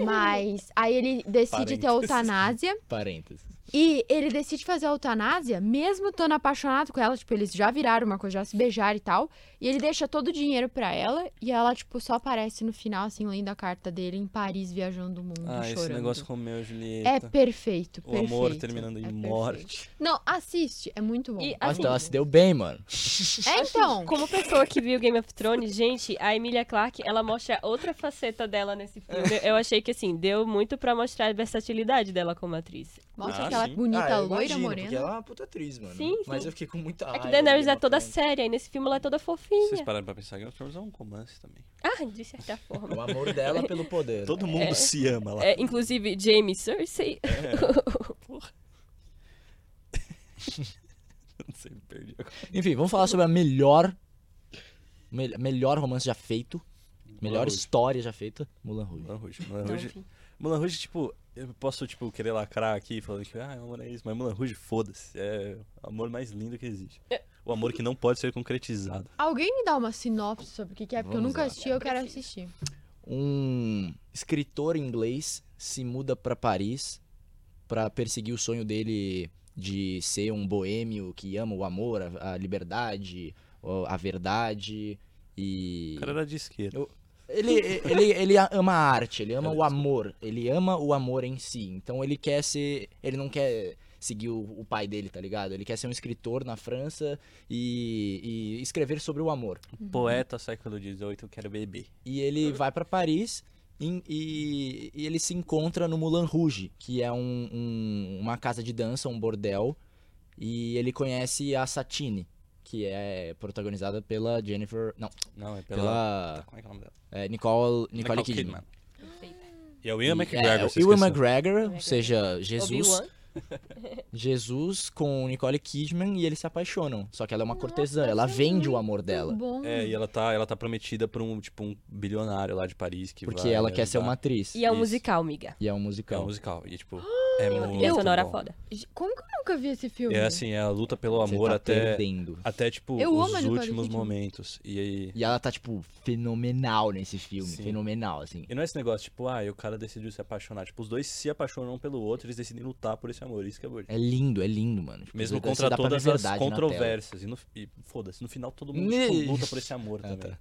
[SPEAKER 2] Mas aí ele decide ter a
[SPEAKER 4] Parênteses.
[SPEAKER 2] eutanásia.
[SPEAKER 1] Parênteses.
[SPEAKER 2] E ele decide fazer a eutanásia, mesmo estando apaixonado com ela, tipo, eles já viraram uma coisa, já se beijaram e tal. E ele deixa todo o dinheiro pra ela, e ela, tipo, só aparece no final, assim, lendo a carta dele em Paris, viajando o mundo,
[SPEAKER 4] Ah,
[SPEAKER 2] chorando.
[SPEAKER 4] esse negócio Romeu e Julieta.
[SPEAKER 2] É perfeito,
[SPEAKER 4] o amor
[SPEAKER 2] perfeito,
[SPEAKER 4] terminando em
[SPEAKER 2] é perfeito.
[SPEAKER 4] morte.
[SPEAKER 2] Não, assiste, é muito bom.
[SPEAKER 3] E
[SPEAKER 1] Nossa,
[SPEAKER 3] assim,
[SPEAKER 1] então ela se deu bem, mano.
[SPEAKER 2] É, então,
[SPEAKER 3] como pessoa que viu Game of Thrones, gente, a Emilia Clarke, ela mostra outra faceta dela nesse filme.
[SPEAKER 2] É.
[SPEAKER 3] Eu achei que, assim, deu muito pra mostrar a versatilidade dela como atriz.
[SPEAKER 2] mostra
[SPEAKER 4] Ah,
[SPEAKER 2] aquela
[SPEAKER 4] sim.
[SPEAKER 2] bonita
[SPEAKER 1] eu
[SPEAKER 2] loira,
[SPEAKER 1] imagino,
[SPEAKER 2] morena.
[SPEAKER 1] Porque ela é uma puta atriz, mano.
[SPEAKER 3] Sim,
[SPEAKER 1] Mas
[SPEAKER 3] sim.
[SPEAKER 1] eu fiquei com muita
[SPEAKER 3] É
[SPEAKER 1] raiva.
[SPEAKER 3] que Daenerys
[SPEAKER 1] do
[SPEAKER 3] é toda
[SPEAKER 1] Game of
[SPEAKER 3] séria, e nesse filme ela é toda
[SPEAKER 4] Vocês
[SPEAKER 3] fofinha.
[SPEAKER 4] pararam pra pensar que Game of Thrones é um romance também.
[SPEAKER 3] Ah, de certa forma.
[SPEAKER 1] Thrones. O amor dela pelo poder. [LAUGHS]
[SPEAKER 4] Todo mundo se ama lá. [LAUGHS]
[SPEAKER 3] É, inclusive, Jamie Cersei.
[SPEAKER 4] É. Não sei, me perdi agora.
[SPEAKER 1] Enfim, vamos falar sobre a melhor. mel- melhor romance já feito. Melhor
[SPEAKER 4] Rouge.
[SPEAKER 1] história já feita. Mulan Rouge.
[SPEAKER 4] Mulan Rouge. Mulan
[SPEAKER 1] É
[SPEAKER 3] Não,
[SPEAKER 4] Rouge.
[SPEAKER 3] enfim.
[SPEAKER 4] Mulan Rouge, tipo, eu posso, tipo, querer lacrar aqui falando que, ah, amor é isso, mas Mulan Rouge, foda-se. É o amor mais lindo que existe. O amor que não pode ser concretizado.
[SPEAKER 2] Alguém me dá uma sinopse sobre o que, que é, porque eu
[SPEAKER 1] Vamos
[SPEAKER 2] nunca
[SPEAKER 1] lá.
[SPEAKER 2] assisti, eu quero assistir.
[SPEAKER 1] Um escritor inglês se muda pra Paris pra perseguir o sonho dele de ser um boêmio que ama o amor, a, a liberdade, o- a verdade e.
[SPEAKER 4] O cara né? era de esquerda.
[SPEAKER 1] Ele, ele, ele a- ama a arte, ele ama
[SPEAKER 4] É,
[SPEAKER 1] o amor, ele ama o amor em si. Então ele quer ser. Ele não quer seguir o, o pai dele, tá ligado? Ele quer ser um escritor na França e, e escrever sobre o amor.
[SPEAKER 4] Poeta século XVIII, eu quero beber.
[SPEAKER 1] E ele vai pra Paris em- e, e ele se encontra no Moulin Rouge, que é um- um- uma casa de dança, um bordel. E ele conhece a Satine, que é protagonizada pela Jennifer. Não,
[SPEAKER 4] Não, é pela...
[SPEAKER 1] pela.
[SPEAKER 4] Como é que é o nome dela?
[SPEAKER 1] é, Nicole, Nicole Kidman.
[SPEAKER 4] E é o Ian
[SPEAKER 1] E-
[SPEAKER 4] McGregor,
[SPEAKER 1] É,
[SPEAKER 4] você
[SPEAKER 1] Ewan
[SPEAKER 4] esqueceu.
[SPEAKER 1] McGregor, ou seja, Jesus,
[SPEAKER 3] Obi-Wan.
[SPEAKER 1] Jesus com Nicole Kidman e eles se apaixonam. Só que ela é uma
[SPEAKER 2] Nossa,
[SPEAKER 1] cortesã,
[SPEAKER 2] deve
[SPEAKER 1] ela
[SPEAKER 2] ser
[SPEAKER 1] vende o
[SPEAKER 2] muito
[SPEAKER 1] amor dela.
[SPEAKER 2] Bom.
[SPEAKER 4] É, e ela tá, ela tá prometida por um, tipo, um bilionário lá de Paris que
[SPEAKER 1] Porque
[SPEAKER 4] vai
[SPEAKER 1] ela quer ser
[SPEAKER 4] ajudar.
[SPEAKER 1] uma atriz.
[SPEAKER 3] E é um
[SPEAKER 4] Isso.
[SPEAKER 3] musical, miga.
[SPEAKER 1] E é um
[SPEAKER 4] É um
[SPEAKER 1] musical.
[SPEAKER 4] musical. E, tipo, é muito
[SPEAKER 3] Trilha sonora
[SPEAKER 4] bom.
[SPEAKER 3] foda.
[SPEAKER 2] Como que eu nunca vi esse filme?
[SPEAKER 4] É assim, é a luta pelo
[SPEAKER 1] Você
[SPEAKER 4] amor
[SPEAKER 1] tá
[SPEAKER 4] até,
[SPEAKER 1] perdendo.
[SPEAKER 4] até, tipo,
[SPEAKER 2] Eu amo a
[SPEAKER 4] os
[SPEAKER 2] Nicole
[SPEAKER 4] últimos
[SPEAKER 2] Kidman.
[SPEAKER 4] momentos. E aí...
[SPEAKER 1] E ela tá, tipo, fenomenal nesse filme.
[SPEAKER 4] Sim.
[SPEAKER 1] Fenomenal, assim.
[SPEAKER 4] E não é esse negócio, tipo, ah, e o cara decidiu se apaixonar. Tipo, os dois se apaixonam um pelo outro, eles decidem lutar por esse amor. Isso que é bonito.
[SPEAKER 1] É lindo, é lindo, mano. Tipo,
[SPEAKER 4] Mesmo
[SPEAKER 1] você-
[SPEAKER 4] contra
[SPEAKER 1] dá pra ver
[SPEAKER 4] todas as
[SPEAKER 1] verdade na tela.
[SPEAKER 4] controvérsias. E, no- e foda-se, no final todo mundo
[SPEAKER 1] Me-
[SPEAKER 4] tipo, luta por esse amor
[SPEAKER 1] Ah,
[SPEAKER 4] também.
[SPEAKER 1] tá.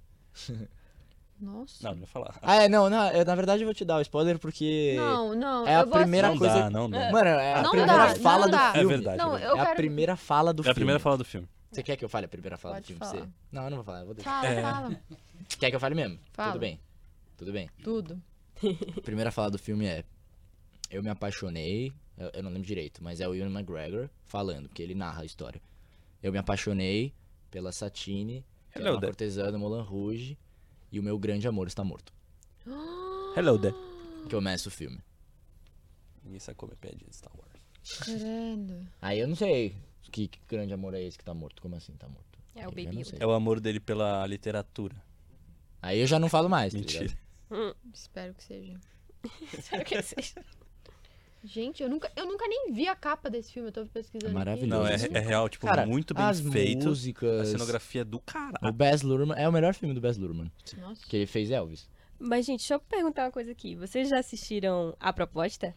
[SPEAKER 2] Nossa.
[SPEAKER 4] Não, não ia falar.
[SPEAKER 1] Ah, é, não, não, eu- na verdade eu vou te dar o spoiler porque.
[SPEAKER 2] Não, não.
[SPEAKER 1] É a
[SPEAKER 2] eu vou
[SPEAKER 1] primeira
[SPEAKER 4] Não
[SPEAKER 2] assistir.
[SPEAKER 1] coisa-
[SPEAKER 4] dá, não dá.
[SPEAKER 1] Mano, é a
[SPEAKER 2] Não
[SPEAKER 1] primeira
[SPEAKER 2] dá,
[SPEAKER 1] fala
[SPEAKER 2] não
[SPEAKER 1] do
[SPEAKER 2] dá.
[SPEAKER 4] É
[SPEAKER 1] filme.
[SPEAKER 4] verdade.
[SPEAKER 2] Não,
[SPEAKER 4] é verdade.
[SPEAKER 1] É
[SPEAKER 2] eu
[SPEAKER 1] a
[SPEAKER 2] quero...
[SPEAKER 1] primeira fala do
[SPEAKER 4] É
[SPEAKER 1] filme.
[SPEAKER 4] a primeira fala do filme.
[SPEAKER 1] Você quer que eu fale a primeira fala
[SPEAKER 2] Pode
[SPEAKER 1] do filme pra
[SPEAKER 2] falar.
[SPEAKER 1] você? Não, eu não vou falar, eu vou deixar.
[SPEAKER 2] Fala,
[SPEAKER 4] É.
[SPEAKER 2] fala.
[SPEAKER 1] Quer que eu fale mesmo?
[SPEAKER 2] Fala.
[SPEAKER 1] Tudo bem. Tudo bem.
[SPEAKER 2] Tudo.
[SPEAKER 1] A primeira fala do filme é: Eu me apaixonei. Eu, eu não lembro direito, mas é o Ian McGregor falando, porque ele narra a história. Eu me apaixonei pela Satine, que era
[SPEAKER 4] Hello
[SPEAKER 1] uma
[SPEAKER 4] there.
[SPEAKER 1] cortesã do Moulin Rouge, e o meu grande amor está morto.
[SPEAKER 4] Hello there.
[SPEAKER 1] Começa o filme.
[SPEAKER 4] Ninguém sacou minha piadinha de Star Wars.
[SPEAKER 2] Caramba.
[SPEAKER 1] Aí eu não sei que, que grande amor é esse que tá morto. Como assim tá morto?
[SPEAKER 3] É o
[SPEAKER 1] Aí eu já
[SPEAKER 3] Baby
[SPEAKER 1] não
[SPEAKER 3] Yoda.
[SPEAKER 1] sei.
[SPEAKER 4] É o amor dele pela literatura.
[SPEAKER 1] Aí eu já não falo mais. tá
[SPEAKER 4] Mentira.
[SPEAKER 1] ligado?
[SPEAKER 2] Espero que seja. [LAUGHS]
[SPEAKER 3] Sabe o que é isso?
[SPEAKER 2] Gente, eu nunca, eu nunca nem vi a capa desse filme, eu tô pesquisando.
[SPEAKER 1] É maravilhoso.
[SPEAKER 4] Não, é,
[SPEAKER 1] Beleza.
[SPEAKER 4] é real, tipo,
[SPEAKER 1] Cara,
[SPEAKER 4] muito bem
[SPEAKER 1] as
[SPEAKER 4] feito. A
[SPEAKER 1] músicas.
[SPEAKER 4] cenografia é do
[SPEAKER 1] O
[SPEAKER 4] caralho.
[SPEAKER 1] Baz Luhrmann é o melhor filme do Baz Luhrmann,
[SPEAKER 2] aqui. Nossa.
[SPEAKER 1] é que ele fez Elvis.
[SPEAKER 3] Mas, gente, deixa eu perguntar uma coisa aqui. Vocês já assistiram A Proposta?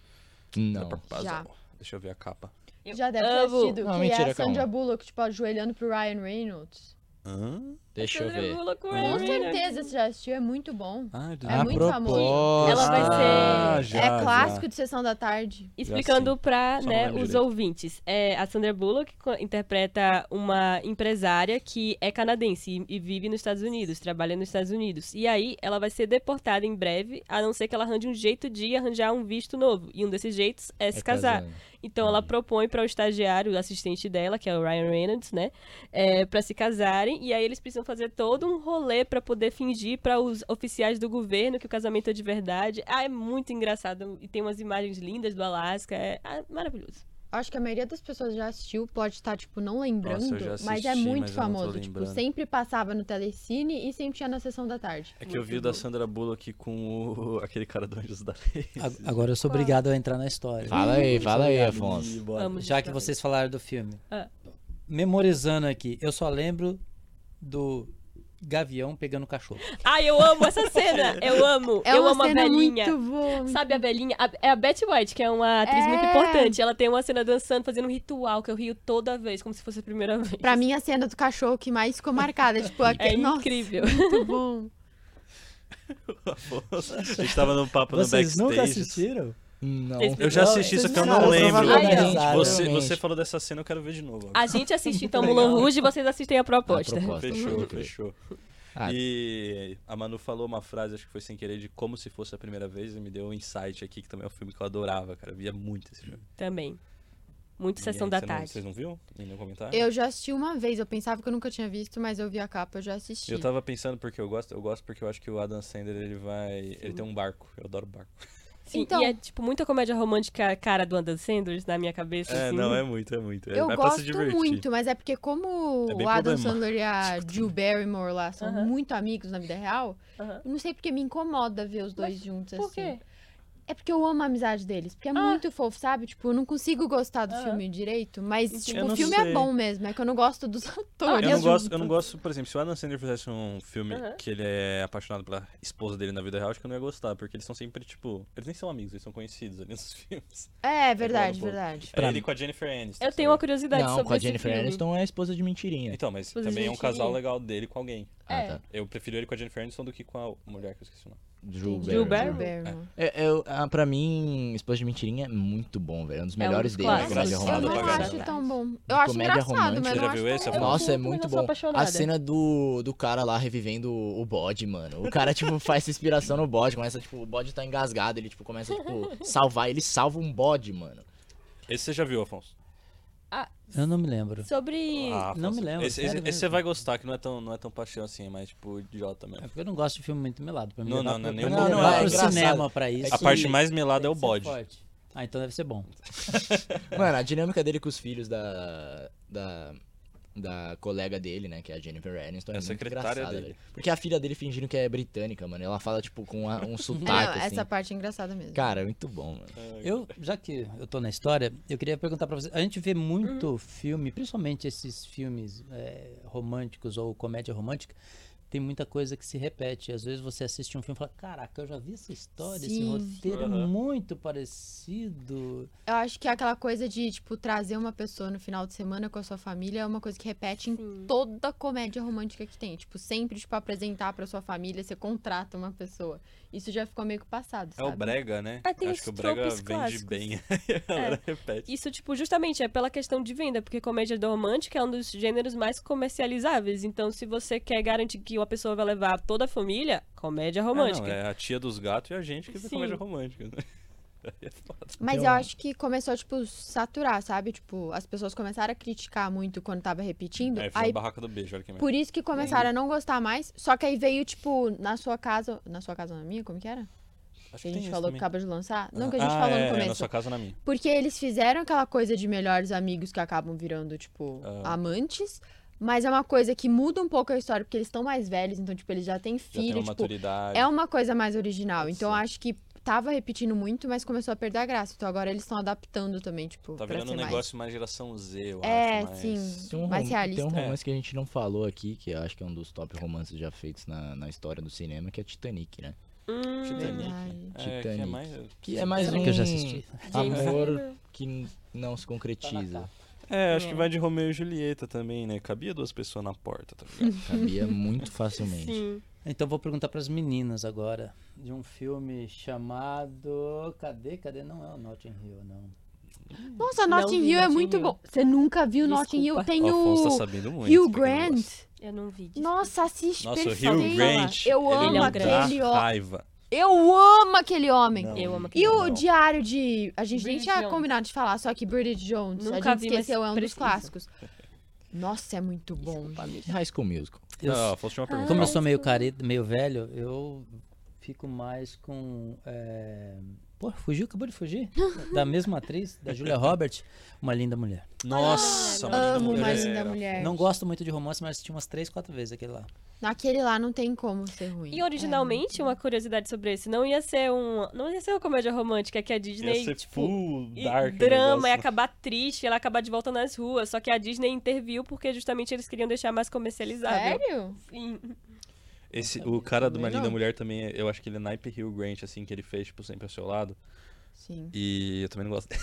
[SPEAKER 1] Não.
[SPEAKER 2] Já.
[SPEAKER 4] é Deixa eu ver a capa.
[SPEAKER 2] Já deve ter
[SPEAKER 3] amo.
[SPEAKER 2] assistido.
[SPEAKER 1] Não,
[SPEAKER 2] que é
[SPEAKER 1] mentira,
[SPEAKER 2] a Sandra Bullock, tipo, ajoelhando pro Ryan Reynolds.
[SPEAKER 1] Deixa eu
[SPEAKER 3] Sandra
[SPEAKER 1] ver.
[SPEAKER 3] Bullock,
[SPEAKER 1] Com
[SPEAKER 2] Com
[SPEAKER 3] Ryan Reynolds.
[SPEAKER 2] certeza você já assistiu, é muito bom.
[SPEAKER 4] Ah, do-
[SPEAKER 2] É
[SPEAKER 1] a
[SPEAKER 2] muito famoso.
[SPEAKER 1] proposta.
[SPEAKER 3] Ela vai ser-
[SPEAKER 4] Ah, já,
[SPEAKER 2] é
[SPEAKER 4] já.
[SPEAKER 2] clássico de Sessão da Tarde.
[SPEAKER 3] Explicando pra
[SPEAKER 4] Só não
[SPEAKER 3] né,
[SPEAKER 4] lembro
[SPEAKER 3] os
[SPEAKER 4] direito.
[SPEAKER 3] ouvintes, é, a Sandra Bullock co- interpreta uma empresária que é canadense e, e vive nos Estados Unidos, trabalha nos Estados Unidos. E aí ela vai ser deportada em breve, a não ser que ela arranje um jeito de arranjar um visto novo. E um desses jeitos é se
[SPEAKER 1] É
[SPEAKER 3] casar.
[SPEAKER 1] casando.
[SPEAKER 3] Então ela propõe para o estagiário, o assistente dela, que é o Ryan Reynolds, né, é, para se casarem. E aí eles precisam fazer todo um rolê para poder fingir para os oficiais do governo que o casamento é de verdade. Ah, é muito engraçado e tem umas imagens lindas do Alasca, é ah, maravilhoso.
[SPEAKER 2] Acho que a maioria das pessoas já assistiu, pode estar, tipo, não lembrando,
[SPEAKER 4] Nossa, eu já
[SPEAKER 2] mas é
[SPEAKER 4] assisti,
[SPEAKER 2] muito
[SPEAKER 4] mas eu não tô
[SPEAKER 2] famoso. Tipo,
[SPEAKER 4] lembrando.
[SPEAKER 2] sempre passava no telecine e sempre tinha na sessão da tarde.
[SPEAKER 4] É que eu vi o da Sandra Bullock com o- [LAUGHS] aquele cara do Anjos da Lei.
[SPEAKER 5] A- Agora eu sou obrigado a entrar na história.
[SPEAKER 1] Fala aí, fala aí, Afonso.
[SPEAKER 4] Ih, bora.
[SPEAKER 3] Vamos
[SPEAKER 5] Já que vocês falaram do filme.
[SPEAKER 3] Ah.
[SPEAKER 5] Memorizando aqui, eu só lembro do gavião pegando cachorro.
[SPEAKER 3] Ai, eu amo essa
[SPEAKER 2] [LAUGHS]
[SPEAKER 3] cena. Eu amo.
[SPEAKER 2] É
[SPEAKER 3] eu
[SPEAKER 2] uma
[SPEAKER 3] amo
[SPEAKER 2] cena
[SPEAKER 3] a velhinha.
[SPEAKER 2] muito boa.
[SPEAKER 3] Sabe a velhinha? A- é a Betty White, que é uma atriz muito
[SPEAKER 2] É.
[SPEAKER 3] importante. Ela tem uma cena dançando, fazendo um ritual que eu rio toda vez, como se fosse a primeira vez.
[SPEAKER 2] Pra mim, a cena do cachorro que mais ficou marcada. é, Tipo,
[SPEAKER 3] é
[SPEAKER 2] aquele... Nossa,
[SPEAKER 3] incrível.
[SPEAKER 2] muito bom.
[SPEAKER 4] A gente tava num papo no
[SPEAKER 5] Vocês
[SPEAKER 4] backstage.
[SPEAKER 5] nunca assistiram?
[SPEAKER 1] Não.
[SPEAKER 3] Esse-
[SPEAKER 4] Eu já
[SPEAKER 5] Não,
[SPEAKER 4] assisti, só
[SPEAKER 5] vocês
[SPEAKER 4] que eu
[SPEAKER 5] não
[SPEAKER 4] não
[SPEAKER 5] sabem,
[SPEAKER 4] lembro.
[SPEAKER 3] provavelmente,
[SPEAKER 4] Gente, Você,
[SPEAKER 1] provavelmente.
[SPEAKER 4] você falou dessa cena, eu quero ver de novo. agora.
[SPEAKER 3] A gente
[SPEAKER 4] [LAUGHS]
[SPEAKER 3] assiste então Mulan Rouge e vocês assistem a proposta.
[SPEAKER 1] A proposta.
[SPEAKER 4] Fechou,
[SPEAKER 1] pode crer.
[SPEAKER 4] fechou.
[SPEAKER 1] Ah.
[SPEAKER 4] E a Manu falou uma frase, acho que foi sem querer, de como se fosse a primeira vez, e me deu um insight aqui, que também é um filme que eu adorava, cara. Eu via muito esse filme.
[SPEAKER 3] [LAUGHS] Também. Muito
[SPEAKER 4] E
[SPEAKER 3] Sessão
[SPEAKER 4] aí,
[SPEAKER 3] da
[SPEAKER 4] você não-
[SPEAKER 3] Tarde.
[SPEAKER 4] Vocês não viram? Em nenhum comentário?
[SPEAKER 2] Eu já assisti uma vez. Eu pensava que eu nunca tinha visto, mas eu vi a capa, eu já assisti.
[SPEAKER 4] Eu tava pensando porque eu gosto, eu gosto porque eu acho que o Adam Sandler ele vai, ele tem um barco, eu adoro barco.
[SPEAKER 3] Sim,
[SPEAKER 2] Então-
[SPEAKER 3] e é tipo muita comédia romântica cara do Adam Sanders na minha cabeça.
[SPEAKER 4] É,
[SPEAKER 3] assim.
[SPEAKER 4] não, é muito, é muito. É,
[SPEAKER 2] Eu
[SPEAKER 4] é pra se
[SPEAKER 2] gosto
[SPEAKER 4] divertir.
[SPEAKER 2] muito, mas é porque como
[SPEAKER 4] É bem
[SPEAKER 2] o Adam
[SPEAKER 4] problemático
[SPEAKER 2] Sandler e a Jill Barrymore lá são
[SPEAKER 3] Aham.
[SPEAKER 2] muito amigos na vida real,
[SPEAKER 3] Aham.
[SPEAKER 2] eu não sei porque me incomoda ver os dois juntos
[SPEAKER 3] Por
[SPEAKER 2] assim.
[SPEAKER 3] quê? Ah.
[SPEAKER 2] É porque eu amo a amizade deles, porque é muito fofo, sabe? Tipo, eu não consigo gostar do
[SPEAKER 3] Aham.
[SPEAKER 2] filme direito, mas
[SPEAKER 3] Entendi. Ah,
[SPEAKER 2] tipo,
[SPEAKER 4] Eu
[SPEAKER 2] o
[SPEAKER 4] não
[SPEAKER 2] filme
[SPEAKER 4] sei.
[SPEAKER 2] é bom mesmo, é que eu não gosto dos [LAUGHS]
[SPEAKER 4] Eu
[SPEAKER 2] atores.
[SPEAKER 4] não, gosto, eu não gosto, por exemplo, se o Adam Sandler fizesse um filme
[SPEAKER 3] Aham.
[SPEAKER 4] que ele é apaixonado pela esposa dele na vida real, acho que eu não ia gostar, porque eles são sempre, tipo, eles nem são amigos, eles são conhecidos ali nos [LAUGHS] filmes.
[SPEAKER 2] É,
[SPEAKER 4] Eu
[SPEAKER 2] verdade,
[SPEAKER 4] gosto.
[SPEAKER 2] verdade.
[SPEAKER 4] É
[SPEAKER 5] Pra
[SPEAKER 4] ele
[SPEAKER 5] mim-
[SPEAKER 4] com a Jennifer Aniston.
[SPEAKER 3] Eu tenho uma
[SPEAKER 4] sabe?
[SPEAKER 3] curiosidade
[SPEAKER 1] Não,
[SPEAKER 3] sobre
[SPEAKER 1] com a
[SPEAKER 3] esse
[SPEAKER 1] Jennifer
[SPEAKER 3] filme.
[SPEAKER 1] Aniston é a esposa de mentirinha.
[SPEAKER 4] Então, mas
[SPEAKER 3] Vocês
[SPEAKER 4] também é um casal
[SPEAKER 3] mentirinham.
[SPEAKER 4] legal dele com alguém.
[SPEAKER 1] Ah,
[SPEAKER 3] É.
[SPEAKER 1] tá.
[SPEAKER 4] Eu prefiro ele com a Jennifer Aniston do que com a mulher que eu esqueci o nome.
[SPEAKER 1] Drew
[SPEAKER 2] Entendi.
[SPEAKER 1] Barrymore.
[SPEAKER 3] Barrymore.
[SPEAKER 2] Barrymore.
[SPEAKER 1] É, eu, ah, pra mim, Esposa de Mentirinha é muito bom, velho. É um dos
[SPEAKER 3] um
[SPEAKER 1] melhores
[SPEAKER 3] dos
[SPEAKER 1] dele.
[SPEAKER 3] clássicos.
[SPEAKER 1] comédia
[SPEAKER 2] Eu
[SPEAKER 4] Engraçado
[SPEAKER 1] romântica.
[SPEAKER 4] pra
[SPEAKER 2] não
[SPEAKER 4] caralho.
[SPEAKER 2] acho tão bom. Eu acho
[SPEAKER 1] comédia
[SPEAKER 2] engraçado, mas
[SPEAKER 1] romântica.
[SPEAKER 2] eu
[SPEAKER 4] Você
[SPEAKER 2] não
[SPEAKER 4] já
[SPEAKER 2] acho
[SPEAKER 4] viu esse?
[SPEAKER 2] tão
[SPEAKER 4] É
[SPEAKER 2] bom.
[SPEAKER 4] muito
[SPEAKER 1] Nossa, é
[SPEAKER 3] bom, mas
[SPEAKER 1] muito
[SPEAKER 3] eu sou
[SPEAKER 1] bom.
[SPEAKER 3] apaixonada.
[SPEAKER 1] A cena do, do cara lá revivendo o bode, mano. O cara, tipo, faz inspiração no bode. Começa, tipo, o bode tá engasgado. Ele, tipo, começa, tipo, salvar. Ele salva um bode, mano.
[SPEAKER 4] Esse você já viu, Afonso?
[SPEAKER 5] Eu não me lembro.
[SPEAKER 3] Sobre.
[SPEAKER 4] Ah,
[SPEAKER 5] Não
[SPEAKER 4] Afonso,
[SPEAKER 5] me lembro,
[SPEAKER 4] Esse,
[SPEAKER 5] sério
[SPEAKER 4] esse- esse
[SPEAKER 5] mesmo.
[SPEAKER 4] você vai gostar, que não é tão, não é tão paixão assim, mas tipo, idiota
[SPEAKER 5] É
[SPEAKER 4] mesmo.
[SPEAKER 5] porque eu não gosto de filme muito melado. Pra me
[SPEAKER 4] Não,
[SPEAKER 5] levar
[SPEAKER 4] não, não,
[SPEAKER 5] pra,
[SPEAKER 4] nem um
[SPEAKER 5] pra me
[SPEAKER 1] pouco.
[SPEAKER 5] levar
[SPEAKER 1] Não, é
[SPEAKER 5] pro
[SPEAKER 1] engraçado.
[SPEAKER 5] cinema pra isso.
[SPEAKER 4] A
[SPEAKER 1] que-
[SPEAKER 4] parte mais melada
[SPEAKER 5] tem
[SPEAKER 4] é o
[SPEAKER 5] que ser
[SPEAKER 4] bode.
[SPEAKER 5] forte. Ah, então deve ser bom.
[SPEAKER 1] Mano, a dinâmica dele com os filhos da. da. da colega dele, né? Que é a Jennifer Aniston.
[SPEAKER 4] É
[SPEAKER 1] É,
[SPEAKER 4] a
[SPEAKER 1] muito
[SPEAKER 4] secretária
[SPEAKER 1] engraçada,
[SPEAKER 4] dele.
[SPEAKER 1] velho. Porque a filha dele fingindo que é britânica, mano. Ela fala, tipo, com a-
[SPEAKER 2] [LAUGHS]
[SPEAKER 1] um
[SPEAKER 2] É,
[SPEAKER 1] sotaque,
[SPEAKER 2] não,
[SPEAKER 1] assim.
[SPEAKER 2] essa parte é engraçada mesmo.
[SPEAKER 1] Cara, muito bom, mano.
[SPEAKER 5] Eu, já que eu tô na história, eu queria perguntar pra vocês. A gente vê muito filme, principalmente esses filmes é, românticos ou comédia romântica, tem muita coisa que se repete. Às vezes você assiste um filme e fala, caraca, eu já vi essa história, esse
[SPEAKER 2] Sim.
[SPEAKER 5] roteiro é
[SPEAKER 4] Aham.
[SPEAKER 5] muito parecido.
[SPEAKER 2] Eu acho que é aquela coisa de, tipo, trazer uma pessoa no final de semana com a sua família é uma coisa que repete em toda comédia romântica que tem. Tipo, sempre, tipo, apresentar pra sua família, você contrata uma pessoa. Isso já ficou meio que passado,
[SPEAKER 4] É
[SPEAKER 2] sabe?
[SPEAKER 4] o Brega, né?
[SPEAKER 3] Ah, tem
[SPEAKER 4] Acho
[SPEAKER 3] os
[SPEAKER 4] que o Brega
[SPEAKER 3] tropos
[SPEAKER 4] vende
[SPEAKER 3] clássicos.
[SPEAKER 4] bem. [LAUGHS] Ela repete.
[SPEAKER 3] Isso, tipo, justamente é pela questão de venda, porque comédia romântica é um dos gêneros mais comercializáveis. Então, se você quer garantir que uma pessoa vai levar toda a família, comédia
[SPEAKER 4] Ah,
[SPEAKER 3] romântica.
[SPEAKER 4] não, é a tia dos gatos e a gente que vê
[SPEAKER 3] Sim.
[SPEAKER 4] comédia romântica. né? [LAUGHS] Aí é foda.
[SPEAKER 2] Mas
[SPEAKER 5] Tem
[SPEAKER 2] eu
[SPEAKER 5] um-
[SPEAKER 2] acho que começou, tipo, saturar, sabe? Tipo, as pessoas começaram a criticar muito quando tava repetindo.
[SPEAKER 4] É, foi
[SPEAKER 2] aí,
[SPEAKER 4] a barraca do beijo, olha que merda.
[SPEAKER 2] por isso que começaram a não gostar mais. Só que aí veio, tipo, na sua casa... Na sua casa, na minha? Como que era?
[SPEAKER 4] Acho
[SPEAKER 2] Que a
[SPEAKER 4] tem
[SPEAKER 2] gente
[SPEAKER 4] esse
[SPEAKER 2] falou
[SPEAKER 4] também.
[SPEAKER 2] que acaba de lançar? Não, que a gente
[SPEAKER 4] ah,
[SPEAKER 2] falou no
[SPEAKER 4] é, É, na
[SPEAKER 2] começo.
[SPEAKER 4] sua casa, na minha.
[SPEAKER 2] Porque eles fizeram aquela coisa de melhores amigos que acabam virando, tipo,
[SPEAKER 4] Ah.
[SPEAKER 2] amantes. Mas é uma coisa que muda um pouco a história, porque eles estão mais velhos, então, tipo, eles já têm
[SPEAKER 4] Já tem
[SPEAKER 2] filho.
[SPEAKER 4] uma
[SPEAKER 2] tipo,
[SPEAKER 4] maturidade.
[SPEAKER 2] é uma coisa mais original.
[SPEAKER 4] Pode
[SPEAKER 2] Então,
[SPEAKER 4] ser.
[SPEAKER 2] eu acho que tava repetindo muito, mas começou a perder a graça. Então, agora eles estão adaptando também, tipo,
[SPEAKER 4] Tá
[SPEAKER 2] pra
[SPEAKER 4] virando
[SPEAKER 2] ser
[SPEAKER 4] um
[SPEAKER 2] mais...
[SPEAKER 4] negócio mais geração Z, eu
[SPEAKER 2] É,
[SPEAKER 4] acho. mais-
[SPEAKER 2] sim.
[SPEAKER 1] Tem um,
[SPEAKER 2] mais
[SPEAKER 1] rom-
[SPEAKER 2] realista.
[SPEAKER 1] tem um
[SPEAKER 4] É.
[SPEAKER 1] romance que a gente não falou aqui, que eu acho que é um dos top romances já feitos na, na história do cinema, que é Titanic, né?
[SPEAKER 3] Hum,
[SPEAKER 4] Titanic.
[SPEAKER 2] Verdade.
[SPEAKER 4] É, que é
[SPEAKER 1] Titanic.
[SPEAKER 4] mais...
[SPEAKER 1] Que é mais
[SPEAKER 5] Será
[SPEAKER 1] um
[SPEAKER 5] que eu já assisti?
[SPEAKER 1] amor que n- não se
[SPEAKER 5] Tá na
[SPEAKER 1] concretiza.
[SPEAKER 4] É, acho que vai de Romeu e Julieta também, né? Cabia duas pessoas na porta, tá ligado?
[SPEAKER 1] Cabia muito facilmente.
[SPEAKER 3] sim.
[SPEAKER 5] Então vou perguntar pras meninas agora. De um filme chamado. Cadê? Cadê? Não é o Notting Hill, não.
[SPEAKER 2] Nossa,
[SPEAKER 3] Não
[SPEAKER 2] Notting
[SPEAKER 3] vi
[SPEAKER 2] Hill é
[SPEAKER 3] Notting
[SPEAKER 2] muito
[SPEAKER 3] Hill.
[SPEAKER 2] bom. Você nunca viu Notting Hill?
[SPEAKER 3] Desculpa.
[SPEAKER 2] Tem
[SPEAKER 4] Afonso tá
[SPEAKER 2] o
[SPEAKER 4] sabendo muito.
[SPEAKER 2] Hugh
[SPEAKER 4] pra quem não
[SPEAKER 2] Grant.
[SPEAKER 4] gosta.
[SPEAKER 3] Eu não vi. desculpa.
[SPEAKER 2] Nossa, assiste
[SPEAKER 4] Nossa, o
[SPEAKER 2] perfeito.
[SPEAKER 4] Hugh Grant.
[SPEAKER 2] Eu
[SPEAKER 4] ele é um
[SPEAKER 2] amo
[SPEAKER 4] me dá
[SPEAKER 2] aquele homem.
[SPEAKER 4] raiva.
[SPEAKER 2] Eu amo aquele homem.
[SPEAKER 4] Não,
[SPEAKER 3] Eu amo
[SPEAKER 2] E o
[SPEAKER 4] Não.
[SPEAKER 2] diário de. A gente nem
[SPEAKER 3] Bridget
[SPEAKER 2] tinha
[SPEAKER 3] Jones.
[SPEAKER 2] combinado de falar, só que Bridget Jones.
[SPEAKER 3] Nunca
[SPEAKER 2] a gente
[SPEAKER 3] vi, mas
[SPEAKER 2] esqueceu, é um dos
[SPEAKER 3] preciso.
[SPEAKER 2] clássicos. Nossa, é muito
[SPEAKER 1] um
[SPEAKER 2] bom. gente.
[SPEAKER 1] High School Musical.
[SPEAKER 5] Eu
[SPEAKER 4] Ah, Não, Afonso tinha uma pergunta.
[SPEAKER 5] Como eu
[SPEAKER 4] Calma.
[SPEAKER 5] sou meio careta, meio velho, eu fico mais com. É... Pô, fugiu, acabou de fugir. Da mesma atriz, da Julia Roberts, uma linda mulher.
[SPEAKER 4] Nossa,
[SPEAKER 3] Ah,
[SPEAKER 4] é uma linda
[SPEAKER 2] Amo uma
[SPEAKER 4] mulher.
[SPEAKER 2] linda mulher.
[SPEAKER 5] Não gosto muito de romance, mas assisti umas três, quatro vezes aquele lá.
[SPEAKER 2] Naquele lá não tem como ser ruim.
[SPEAKER 4] é
[SPEAKER 3] E originalmente, uma curiosidade sobre esse, não ia ser um. Não ia ser uma comédia romântica é que a Disney.
[SPEAKER 4] Ia ser
[SPEAKER 3] tipo,
[SPEAKER 4] full
[SPEAKER 3] e
[SPEAKER 4] dark. o
[SPEAKER 3] drama, ia
[SPEAKER 4] negócio.
[SPEAKER 3] acabar triste, ela ia acabar de volta nas ruas. Só que a Disney interviu porque justamente eles queriam deixar mais comercializável.
[SPEAKER 2] É. Sério?
[SPEAKER 3] Sim.
[SPEAKER 2] é
[SPEAKER 4] Esse,
[SPEAKER 5] Nossa,
[SPEAKER 4] o cara do
[SPEAKER 5] também
[SPEAKER 4] Uma Linda
[SPEAKER 5] não.
[SPEAKER 4] Mulher também, é- eu acho que ele é naipe Hill Grant, assim, que ele fez, tipo, sempre ao seu lado.
[SPEAKER 2] Sim.
[SPEAKER 4] E eu também não gosto [LAUGHS] dele.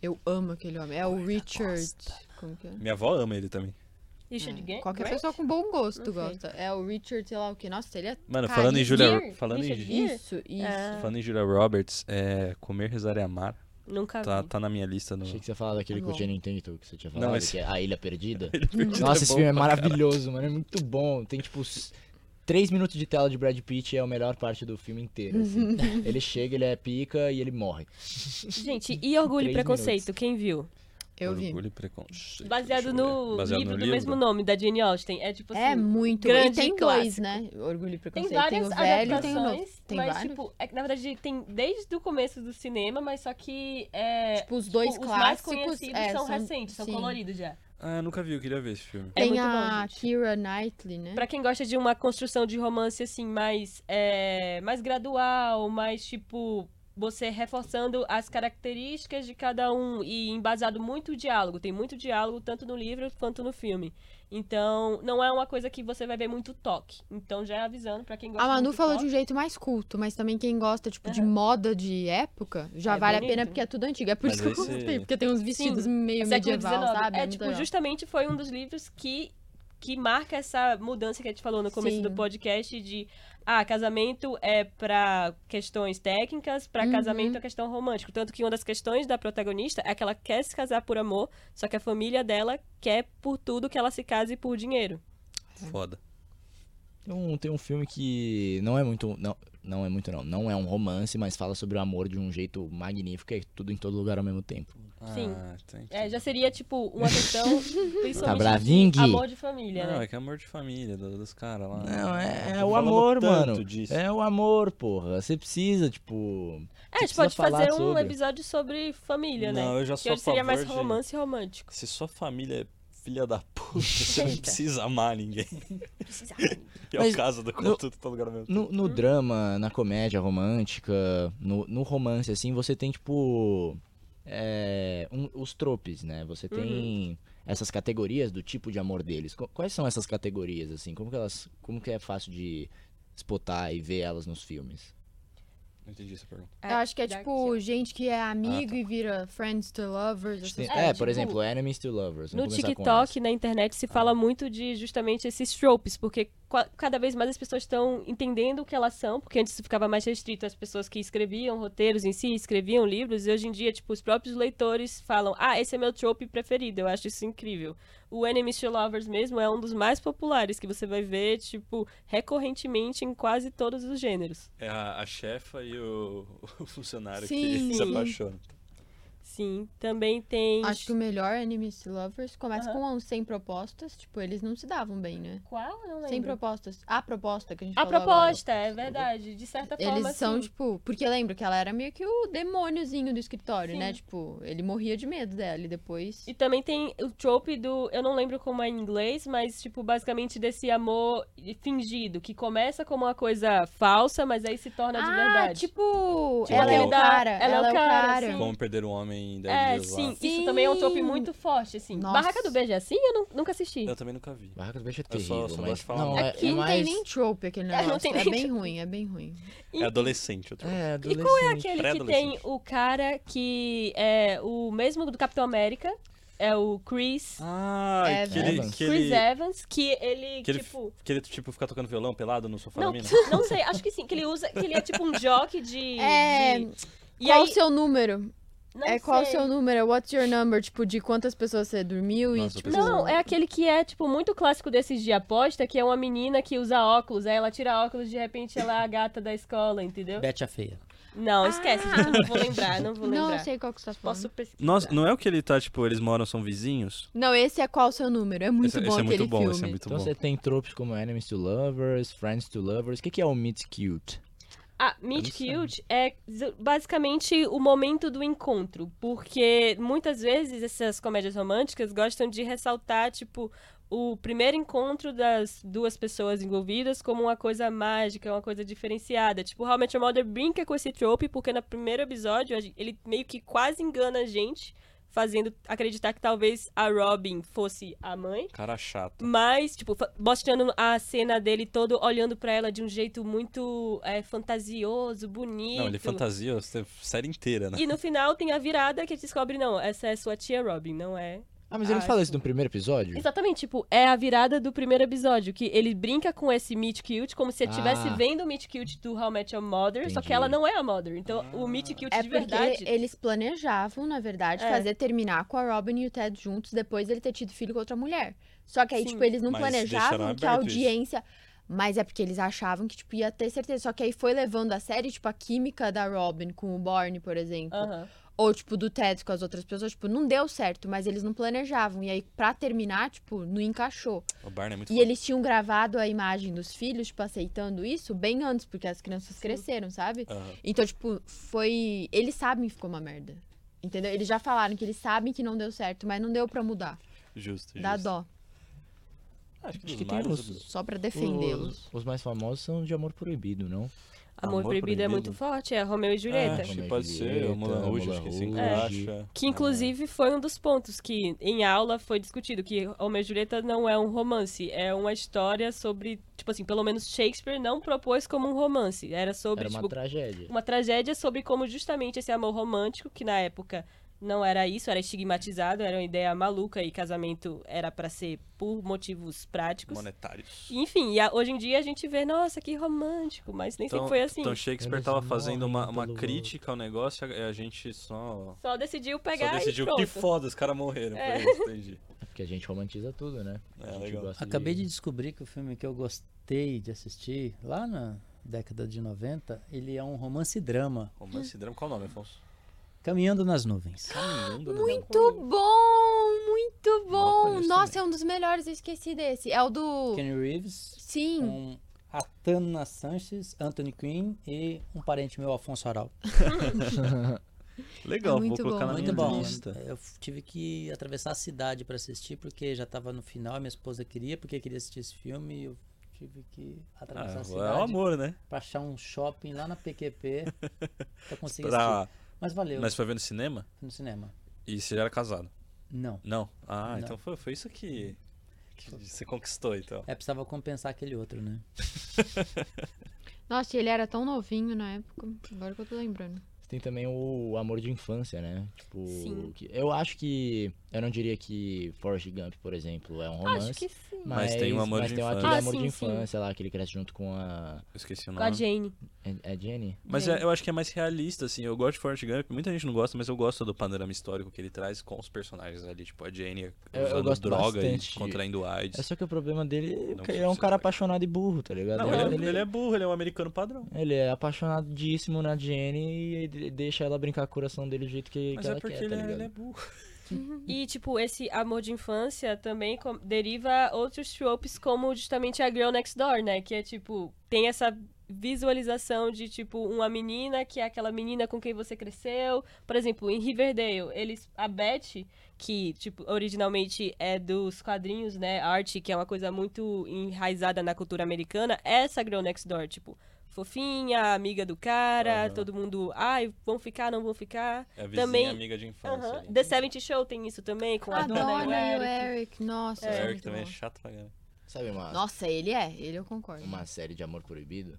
[SPEAKER 2] Eu amo aquele homem. É o Richard. Como que é?
[SPEAKER 4] Minha avó ama ele também. Hum.
[SPEAKER 3] Richard
[SPEAKER 2] É,
[SPEAKER 3] Gan-
[SPEAKER 2] Qualquer
[SPEAKER 3] Grant?
[SPEAKER 2] pessoa com bom gosto
[SPEAKER 3] Não sei.
[SPEAKER 2] gosta. É o Richard, sei lá o que. Nossa, ele é.
[SPEAKER 4] Mano,
[SPEAKER 2] Cara,
[SPEAKER 4] falando em
[SPEAKER 2] e
[SPEAKER 4] Julia,
[SPEAKER 3] Gear?
[SPEAKER 4] falando em,
[SPEAKER 3] Richard
[SPEAKER 4] Ju-
[SPEAKER 3] Gear?
[SPEAKER 2] Isso, isso.
[SPEAKER 3] Ah.
[SPEAKER 4] falando em Julia Roberts, é, Comer, Rezar e Amar
[SPEAKER 3] Nunca
[SPEAKER 4] tá,
[SPEAKER 3] vi.
[SPEAKER 4] tá na minha lista. No...
[SPEAKER 1] Achei
[SPEAKER 4] [LAUGHS]
[SPEAKER 1] que você ia falar daquele
[SPEAKER 2] Tá
[SPEAKER 1] com o
[SPEAKER 2] bom.
[SPEAKER 1] Channing Tatum que você tinha
[SPEAKER 4] Não,
[SPEAKER 1] falado,
[SPEAKER 4] esse-
[SPEAKER 1] que é A Ilha Perdida.
[SPEAKER 4] Perdida
[SPEAKER 1] Nossa,
[SPEAKER 4] é
[SPEAKER 1] esse
[SPEAKER 4] bom
[SPEAKER 1] filme é
[SPEAKER 4] pra caralho.
[SPEAKER 1] maravilhoso, mano. É muito bom. Tem tipo. s- Três minutos de tela de Brad Pitt é a melhor parte do filme inteiro. assim. ele chega, ele é pica e ele morre.
[SPEAKER 3] Gente, e Orgulho e
[SPEAKER 1] Três
[SPEAKER 3] Preconceito, quem viu?
[SPEAKER 2] Eu vi.
[SPEAKER 4] Orgulho e Preconceito. deixa
[SPEAKER 3] Baseado
[SPEAKER 4] eu
[SPEAKER 3] no
[SPEAKER 4] ver. Baseado
[SPEAKER 3] livro
[SPEAKER 4] no
[SPEAKER 3] do mesmo nome, da Jane Austen. É tipo
[SPEAKER 2] É
[SPEAKER 3] assim.
[SPEAKER 2] muito
[SPEAKER 3] grande
[SPEAKER 2] E tem dois,
[SPEAKER 3] clássico.
[SPEAKER 2] né? Orgulho e
[SPEAKER 3] Tem
[SPEAKER 2] preconceito.
[SPEAKER 3] várias
[SPEAKER 2] o velho e tem o novo.
[SPEAKER 3] adaptações,
[SPEAKER 2] Tem
[SPEAKER 3] mas
[SPEAKER 2] vários?
[SPEAKER 3] tipo, é que, na verdade tem desde o começo do cinema, mas só que é,
[SPEAKER 2] Tipo, os dois
[SPEAKER 3] os mais
[SPEAKER 2] clássicos.
[SPEAKER 3] conhecidos
[SPEAKER 2] é,
[SPEAKER 3] são, recentes, são
[SPEAKER 2] sim.
[SPEAKER 3] coloridos já.
[SPEAKER 4] Ah, eu nunca vi, eu queria ver esse filme.
[SPEAKER 3] É
[SPEAKER 2] Tem
[SPEAKER 3] muito bom,
[SPEAKER 2] a
[SPEAKER 3] gente.
[SPEAKER 2] Kira Knightley, né?
[SPEAKER 3] Pra quem gosta de uma construção de romance assim mais é, mais gradual, mais tipo você reforçando as características de cada um e embasado muito o diálogo, tem muito diálogo tanto no livro quanto no filme. Então, não é uma coisa que você vai ver muito toque. Então, já avisando pra quem gosta
[SPEAKER 2] A Manu
[SPEAKER 3] muito
[SPEAKER 2] falou de
[SPEAKER 3] toque,
[SPEAKER 2] um jeito mais culto, mas também quem gosta, tipo, de moda de época, já
[SPEAKER 3] É
[SPEAKER 2] vale a
[SPEAKER 3] bonito,
[SPEAKER 2] pena
[SPEAKER 3] né?
[SPEAKER 2] porque é tudo antigo. É por
[SPEAKER 4] Mas
[SPEAKER 2] isso que eu
[SPEAKER 4] aí você-
[SPEAKER 2] gostei, porque tem uns vestidos meio
[SPEAKER 3] século
[SPEAKER 2] medieval,
[SPEAKER 3] XIX.
[SPEAKER 2] sabe? Então,
[SPEAKER 3] É,
[SPEAKER 2] muito
[SPEAKER 3] tipo,
[SPEAKER 2] legal.
[SPEAKER 3] justamente foi um dos livros que, que marca essa mudança que a gente falou no começo
[SPEAKER 2] Sim.
[SPEAKER 3] do podcast de ah, casamento é pra questões técnicas, pra
[SPEAKER 2] Uhum.
[SPEAKER 3] casamento é questão romântica. Tanto que uma das questões da protagonista é que ela quer se casar por amor, só que a família dela quer por tudo que ela se case por dinheiro.
[SPEAKER 4] Foda.
[SPEAKER 1] Tem um, tem um filme que não é muito. Não, não é muito, não. Não é um romance, mas fala sobre o amor de um jeito magnífico e é tudo em todo lugar ao mesmo tempo.
[SPEAKER 3] Sim.
[SPEAKER 4] Ah, tem que
[SPEAKER 3] É,
[SPEAKER 4] ter.
[SPEAKER 3] já seria, tipo, uma
[SPEAKER 2] [LAUGHS]
[SPEAKER 3] questão principalmente
[SPEAKER 1] Tá bravinho,
[SPEAKER 3] de
[SPEAKER 1] Gui?
[SPEAKER 3] amor de família,
[SPEAKER 4] Não,
[SPEAKER 3] né?
[SPEAKER 4] é que é amor de família do- dos caras lá.
[SPEAKER 1] Não, é,
[SPEAKER 4] Ah,
[SPEAKER 1] é
[SPEAKER 4] tô
[SPEAKER 1] o
[SPEAKER 4] falando
[SPEAKER 1] amor,
[SPEAKER 4] tanto
[SPEAKER 1] mano.
[SPEAKER 4] disso.
[SPEAKER 1] É o amor, porra. Você precisa, tipo.
[SPEAKER 3] É, a gente
[SPEAKER 1] precisa
[SPEAKER 3] pode
[SPEAKER 1] falar
[SPEAKER 3] fazer um
[SPEAKER 1] sobre.
[SPEAKER 3] episódio sobre família, né?
[SPEAKER 4] Não, eu já
[SPEAKER 3] Que
[SPEAKER 4] sou a
[SPEAKER 3] hoje seria mais
[SPEAKER 4] favor de-
[SPEAKER 3] romance romântico.
[SPEAKER 4] Se sua família é filha da puta, você não
[SPEAKER 3] Eita.
[SPEAKER 4] precisa amar
[SPEAKER 3] [LAUGHS]
[SPEAKER 4] ninguém. É
[SPEAKER 1] Mas
[SPEAKER 4] o caso do
[SPEAKER 1] no-
[SPEAKER 4] Contudo Todo Gramento.
[SPEAKER 1] No, no drama, na comédia romântica, no, no romance, assim, você tem, tipo. é, um- os tropes, né? Você tem essas categorias do tipo de amor deles. Qu- Quais são essas categorias, assim? Como que elas. Como que é fácil de spotar e ver elas nos filmes?
[SPEAKER 4] Não entendi essa pergunta.
[SPEAKER 2] Eu acho que é, tipo, gente que é amigo
[SPEAKER 4] Ah,
[SPEAKER 2] e vira friends to lovers.
[SPEAKER 1] Tem-
[SPEAKER 2] essas
[SPEAKER 1] tá. é,
[SPEAKER 3] É,
[SPEAKER 1] por
[SPEAKER 3] tipo,
[SPEAKER 1] exemplo, Enemies to Lovers.
[SPEAKER 3] No
[SPEAKER 1] Vamos começar com
[SPEAKER 3] TikTok, na internet, se fala muito de justamente esses tropes, porque qua- cada vez mais as pessoas estão entendendo o que elas são, porque antes ficava mais restrito às pessoas que escreviam roteiros em si, escreviam livros, e hoje em dia, tipo, os próprios leitores falam, ah, esse é meu trope preferido, eu acho isso incrível. O Enemies to Lovers mesmo é um dos mais populares, que você vai ver, tipo, recorrentemente em quase todos os gêneros.
[SPEAKER 4] É a, a chefa e o, [LAUGHS] o funcionário
[SPEAKER 2] Sim.
[SPEAKER 4] que se apaixona.
[SPEAKER 3] Sim, também tem...
[SPEAKER 2] Acho que o melhor Enemies to Lovers começa
[SPEAKER 3] Aham.
[SPEAKER 2] com um sem propostas. Tipo, eles não se davam bem, né?
[SPEAKER 3] Qual? Eu não lembro.
[SPEAKER 2] Sem propostas. A proposta que a gente
[SPEAKER 3] A
[SPEAKER 2] falou agora.
[SPEAKER 3] proposta, é verdade. De certa forma,
[SPEAKER 2] Eles são,
[SPEAKER 3] assim,
[SPEAKER 2] tipo. Porque lembra que ela era meio que o demôniozinho do escritório,
[SPEAKER 3] Sim.
[SPEAKER 2] né? Tipo, ele morria de medo dela e depois.
[SPEAKER 3] E também tem o trope do. Eu não lembro como é em inglês, mas, tipo, basicamente desse amor fingido, que começa como uma coisa falsa, mas aí se torna de verdade.
[SPEAKER 2] Ah, tipo,
[SPEAKER 4] Tipo,
[SPEAKER 2] ela é o
[SPEAKER 4] ele dá-
[SPEAKER 2] cara.
[SPEAKER 3] ela é o cara, sim.
[SPEAKER 4] Como perder um homem em 10
[SPEAKER 3] é,
[SPEAKER 4] dias
[SPEAKER 3] sim,
[SPEAKER 4] lá.
[SPEAKER 3] Isso também é um trope
[SPEAKER 2] Sim.
[SPEAKER 3] muito forte, assim.
[SPEAKER 2] Nossa.
[SPEAKER 3] Barraca do Beijo é assim? Eu nu- nunca assisti.
[SPEAKER 4] Eu também nunca vi.
[SPEAKER 1] Barraca do Beijo é
[SPEAKER 4] Eu só-
[SPEAKER 1] terrível,
[SPEAKER 4] só
[SPEAKER 1] mas-
[SPEAKER 4] gosto de falar
[SPEAKER 1] não,
[SPEAKER 4] mal.
[SPEAKER 1] é,
[SPEAKER 2] Aqui
[SPEAKER 1] é
[SPEAKER 2] não
[SPEAKER 1] mais...
[SPEAKER 2] tem [LAUGHS] nem trope aquele
[SPEAKER 3] É, não
[SPEAKER 2] negócio. É,
[SPEAKER 3] tem nem
[SPEAKER 2] bem
[SPEAKER 3] trope.
[SPEAKER 2] ruim, é bem ruim.
[SPEAKER 3] Então.
[SPEAKER 4] É adolescente, outro.
[SPEAKER 1] É,
[SPEAKER 3] E qual é
[SPEAKER 1] adolescente.
[SPEAKER 3] aquele que tem
[SPEAKER 4] Pré-adolescente.
[SPEAKER 3] o cara que é o mesmo do Capitão América? É o Chris.
[SPEAKER 4] Ah,
[SPEAKER 2] É,
[SPEAKER 4] que ele,
[SPEAKER 1] Evans.
[SPEAKER 4] que
[SPEAKER 3] Chris
[SPEAKER 4] ele,
[SPEAKER 3] Evans, que ele,
[SPEAKER 4] que ele,
[SPEAKER 3] tipo.
[SPEAKER 4] que ele, tipo, fica tocando violão pelado no sofá da
[SPEAKER 3] Não,
[SPEAKER 4] mina.
[SPEAKER 3] não sei, acho que sim, que ele usa, que ele é tipo um jockey de...
[SPEAKER 2] É,
[SPEAKER 3] de- E
[SPEAKER 2] qual
[SPEAKER 3] aí,
[SPEAKER 2] o seu número?
[SPEAKER 3] não
[SPEAKER 2] é qual o
[SPEAKER 3] sei.
[SPEAKER 2] seu número? É What's your number? Tipo, de quantas pessoas você dormiu
[SPEAKER 4] Nossa,
[SPEAKER 2] e
[SPEAKER 4] eu
[SPEAKER 2] tipo.
[SPEAKER 4] pensei-
[SPEAKER 3] Não, é aquele que é, tipo, muito clássico desses de aposta, que é uma menina que usa óculos, aí ela tira óculos de repente ela é a gata da escola, entendeu?
[SPEAKER 5] Bete a feia.
[SPEAKER 3] Não, esquece, gente, eu não vou lembrar, não vou
[SPEAKER 2] Não,
[SPEAKER 3] lembrar.
[SPEAKER 2] eu sei qual que você tá falando.
[SPEAKER 3] Posso pesquisar.
[SPEAKER 4] Nossa, não é o que ele tá, tipo, eles moram, são vizinhos?
[SPEAKER 2] Não, esse é qual o seu número. É muito
[SPEAKER 4] esse,
[SPEAKER 2] bom
[SPEAKER 4] esse é
[SPEAKER 2] aquele
[SPEAKER 4] muito bom,
[SPEAKER 2] filme.
[SPEAKER 4] esse é muito
[SPEAKER 1] Então
[SPEAKER 4] bom.
[SPEAKER 1] você tem tropes como Enemies to Lovers, Friends to Lovers. O que, que é o Meet Cute?
[SPEAKER 3] Ah,
[SPEAKER 1] não
[SPEAKER 3] Meet
[SPEAKER 1] sei.
[SPEAKER 3] Cute é z- basicamente o momento do encontro, porque muitas vezes essas comédias românticas gostam de ressaltar, tipo, o primeiro encontro das duas pessoas envolvidas como uma coisa mágica, uma coisa diferenciada. Tipo, How I Met Your Mother brinca com esse trope, porque no primeiro episódio a gen- ele meio que quase engana a gente fazendo acreditar que talvez a Robin fosse a mãe.
[SPEAKER 4] é Cara chato.
[SPEAKER 3] Mas, tipo, fa- mostrando a cena dele todo olhando pra ela de um jeito muito é, fantasioso, bonito.
[SPEAKER 4] Não, ele fantasia a série inteira, né?
[SPEAKER 3] E no final tem a virada que ele descobre, não, essa é sua tia Robin, não é
[SPEAKER 1] Ah, mas ele
[SPEAKER 3] Ah,
[SPEAKER 1] não fala
[SPEAKER 3] sim.
[SPEAKER 1] isso no primeiro episódio?
[SPEAKER 3] Exatamente, tipo, é a virada do primeiro episódio, que ele brinca com esse meet cute como se ele estivesse
[SPEAKER 1] Ah.
[SPEAKER 3] vendo o meet cute do How I Met Your Mother, só que
[SPEAKER 1] Entendi.
[SPEAKER 3] ela não é a mother. Então, o meet cute
[SPEAKER 2] É porque
[SPEAKER 3] de verdade...
[SPEAKER 2] eles planejavam, na verdade,
[SPEAKER 3] É.
[SPEAKER 2] fazer terminar com a Robin e o Ted juntos depois dele ter tido filho com outra mulher. Só que aí,
[SPEAKER 3] Sim.
[SPEAKER 2] tipo, eles não
[SPEAKER 4] Mas
[SPEAKER 2] planejavam
[SPEAKER 4] deixaram
[SPEAKER 2] que a
[SPEAKER 4] aberto isso.
[SPEAKER 2] audiência. Mas é porque eles achavam que, tipo, ia ter certeza. Só que aí foi levando a série, tipo, a química da Robin com o Borne, por exemplo.
[SPEAKER 3] Aham.
[SPEAKER 2] Ou, tipo, do Ted com as outras pessoas. Tipo, não deu certo, mas eles não planejavam. E aí, pra terminar, tipo, não encaixou.
[SPEAKER 4] O Barney é muito
[SPEAKER 2] E
[SPEAKER 4] foda.
[SPEAKER 2] eles tinham gravado a imagem dos filhos, tipo, aceitando isso bem antes, porque as crianças cresceram, sabe?
[SPEAKER 4] Aham.
[SPEAKER 2] Então, tipo, foi. Eles sabem que ficou uma merda. Entendeu? Eles já falaram que eles sabem que não deu certo, mas não deu pra mudar.
[SPEAKER 4] Justo, justo.
[SPEAKER 2] Dá
[SPEAKER 4] Ah,
[SPEAKER 2] dó.
[SPEAKER 4] Acho
[SPEAKER 1] Acho
[SPEAKER 4] que
[SPEAKER 1] que
[SPEAKER 4] tem
[SPEAKER 1] tem
[SPEAKER 4] os...
[SPEAKER 1] uns-
[SPEAKER 2] Só pra
[SPEAKER 1] Os,
[SPEAKER 2] defendê-los.
[SPEAKER 1] os mais famosos são de amor proibido, não?
[SPEAKER 3] Amor,
[SPEAKER 4] Amor
[SPEAKER 3] proibido, é
[SPEAKER 4] Proibido. Ah,
[SPEAKER 3] muito forte, é Romeu e
[SPEAKER 1] É.
[SPEAKER 3] Julieta.
[SPEAKER 4] Acho que
[SPEAKER 1] Romeo e
[SPEAKER 4] pode ser.
[SPEAKER 1] Julieta,
[SPEAKER 4] O Mulan Rouge,
[SPEAKER 1] Mulan
[SPEAKER 4] esqueci. Ah,
[SPEAKER 1] Rouge.
[SPEAKER 4] Encaixa.
[SPEAKER 3] Que, inclusive, foi um dos pontos que, em aula, foi discutido, que Romeu e Julieta não é um romance, é uma história sobre, tipo assim, pelo menos Shakespeare não propôs como um romance, era sobre,
[SPEAKER 1] Era uma
[SPEAKER 3] tipo,
[SPEAKER 1] tragédia.
[SPEAKER 3] uma tragédia sobre como justamente esse amor romântico, que na época não era isso, era estigmatizado, era uma ideia maluca e casamento era pra ser por motivos práticos.
[SPEAKER 4] Monetários.
[SPEAKER 3] Enfim, e a- hoje em dia a gente vê, nossa, que romântico, mas nem sempre foi assim.
[SPEAKER 4] então Shakespeare
[SPEAKER 5] Eles
[SPEAKER 4] tava
[SPEAKER 5] morrem
[SPEAKER 4] fazendo uma, uma
[SPEAKER 5] pelo-
[SPEAKER 4] crítica ao negócio e a gente só,
[SPEAKER 3] Só decidiu
[SPEAKER 4] só
[SPEAKER 3] pegar e
[SPEAKER 4] decidiu
[SPEAKER 3] pronto.
[SPEAKER 4] que foda, os caras morreram.
[SPEAKER 3] É.
[SPEAKER 4] Foi isso, entendi.
[SPEAKER 1] É porque a gente romantiza tudo, né?
[SPEAKER 4] É,
[SPEAKER 1] a gente
[SPEAKER 4] legal.
[SPEAKER 1] gosta
[SPEAKER 5] Acabei de descobrir que o filme que eu gostei de assistir, lá na década de 90, ele é um romance drama,
[SPEAKER 4] Romance e drama. Qual o nome, Afonso?
[SPEAKER 5] Caminhando nas Nuvens.
[SPEAKER 4] Caminhando, né?
[SPEAKER 2] Muito bom! Muito bom!
[SPEAKER 4] conheço
[SPEAKER 2] Nossa, é um dos melhores, eu esqueci desse. É o do.
[SPEAKER 5] Kenny Reeves
[SPEAKER 2] Sim.
[SPEAKER 5] com Atana Sanches, Anthony Quinn e um parente meu, Afonso Aral.
[SPEAKER 4] Legal,
[SPEAKER 2] É muito
[SPEAKER 4] vou colocar
[SPEAKER 2] bom.
[SPEAKER 4] na
[SPEAKER 5] Muito
[SPEAKER 4] minha
[SPEAKER 5] bom.
[SPEAKER 4] lista.
[SPEAKER 5] Eu f- tive que atravessar a cidade pra assistir, porque já tava no final, minha esposa queria, porque queria assistir esse filme, e eu tive que
[SPEAKER 4] Ah,
[SPEAKER 5] atravessar a
[SPEAKER 4] é o
[SPEAKER 5] cidade
[SPEAKER 4] amor, né?
[SPEAKER 5] pra achar um shopping lá
[SPEAKER 4] [LAUGHS]
[SPEAKER 5] na PQP pra conseguir assistir.
[SPEAKER 4] Pra...
[SPEAKER 5] Mas valeu,
[SPEAKER 4] Mas foi ver no cinema?
[SPEAKER 5] fui no cinema.
[SPEAKER 4] E você já era casado?
[SPEAKER 5] Não.
[SPEAKER 4] Não. Ah,
[SPEAKER 5] Não.
[SPEAKER 4] então foi, foi isso que, que você conquistou, então.
[SPEAKER 5] É, precisava compensar aquele outro, né?
[SPEAKER 2] Nossa, e ele era tão novinho na época. Agora que eu tô lembrando.
[SPEAKER 1] Tem também o amor de infância, né? Tipo,
[SPEAKER 3] Sim.
[SPEAKER 1] que- eu acho que. Eu não diria que Forrest Gump, por exemplo, é um romance.
[SPEAKER 3] Acho que sim.
[SPEAKER 1] Mas,
[SPEAKER 4] Mas tem um amor
[SPEAKER 1] mas
[SPEAKER 4] de
[SPEAKER 1] tem
[SPEAKER 4] infância.
[SPEAKER 1] aquele
[SPEAKER 3] Ah,
[SPEAKER 1] amor
[SPEAKER 3] sim,
[SPEAKER 1] de
[SPEAKER 3] sim.
[SPEAKER 1] infância lá, que ele cresce junto com a.
[SPEAKER 4] Eu esqueci o
[SPEAKER 3] Com a
[SPEAKER 4] nome.
[SPEAKER 3] Jane.
[SPEAKER 1] É, é Jenny?
[SPEAKER 4] Mas é- eu acho que é mais realista, assim. Eu gosto de Forrest Gump. Muita gente não gosta, mas eu gosto do panorama histórico que ele traz com os personagens ali. Tipo, a Jane
[SPEAKER 1] Eu- eu
[SPEAKER 4] usando
[SPEAKER 1] gosto
[SPEAKER 4] droga
[SPEAKER 1] bastante.
[SPEAKER 4] e contraindo AIDS.
[SPEAKER 1] É só que o problema dele
[SPEAKER 4] Não
[SPEAKER 1] é que ele
[SPEAKER 4] consigo
[SPEAKER 1] é um cara
[SPEAKER 4] saber.
[SPEAKER 1] apaixonado e burro, tá ligado?
[SPEAKER 4] Não, ele, é,
[SPEAKER 1] ele,
[SPEAKER 4] ele é burro, ele é um americano padrão.
[SPEAKER 1] ele é apaixonadíssimo na Jenny e ele deixa ela brincar com o coração dele do jeito que,
[SPEAKER 4] Mas
[SPEAKER 1] que
[SPEAKER 4] é
[SPEAKER 1] ela
[SPEAKER 4] porque
[SPEAKER 1] quer,
[SPEAKER 4] ele,
[SPEAKER 1] tá
[SPEAKER 4] é,
[SPEAKER 1] ligado?
[SPEAKER 4] ele é burro.
[SPEAKER 3] E, tipo, esse amor de infância também com- deriva outros tropes, como justamente a Girl Next Door, né? Que é, tipo, tem essa visualização de, tipo, uma menina que é aquela menina com quem você cresceu. Por exemplo, em Riverdale, eles, a Beth, que, tipo, originalmente é dos quadrinhos, né? Arte, que é uma coisa muito enraizada na cultura americana, é essa Girl Next Door, tipo, fofinha, amiga do cara,
[SPEAKER 4] Aham.
[SPEAKER 3] todo mundo, ai, vão ficar, não vão ficar.
[SPEAKER 4] É a vizinha
[SPEAKER 3] Também-
[SPEAKER 4] amiga de infância.
[SPEAKER 3] Aham.
[SPEAKER 4] ali.
[SPEAKER 3] The 70 Show tem isso também, com a Donna e né, o
[SPEAKER 2] Adoro o
[SPEAKER 3] Eric.
[SPEAKER 2] Eric. Nossa,
[SPEAKER 4] O
[SPEAKER 2] é
[SPEAKER 4] Eric
[SPEAKER 2] muito
[SPEAKER 4] também é
[SPEAKER 2] bom.
[SPEAKER 4] chato pra caralho.
[SPEAKER 1] Sabe uma,
[SPEAKER 2] Nossa, ele é. Ele eu concordo.
[SPEAKER 1] uma série de amor proibido?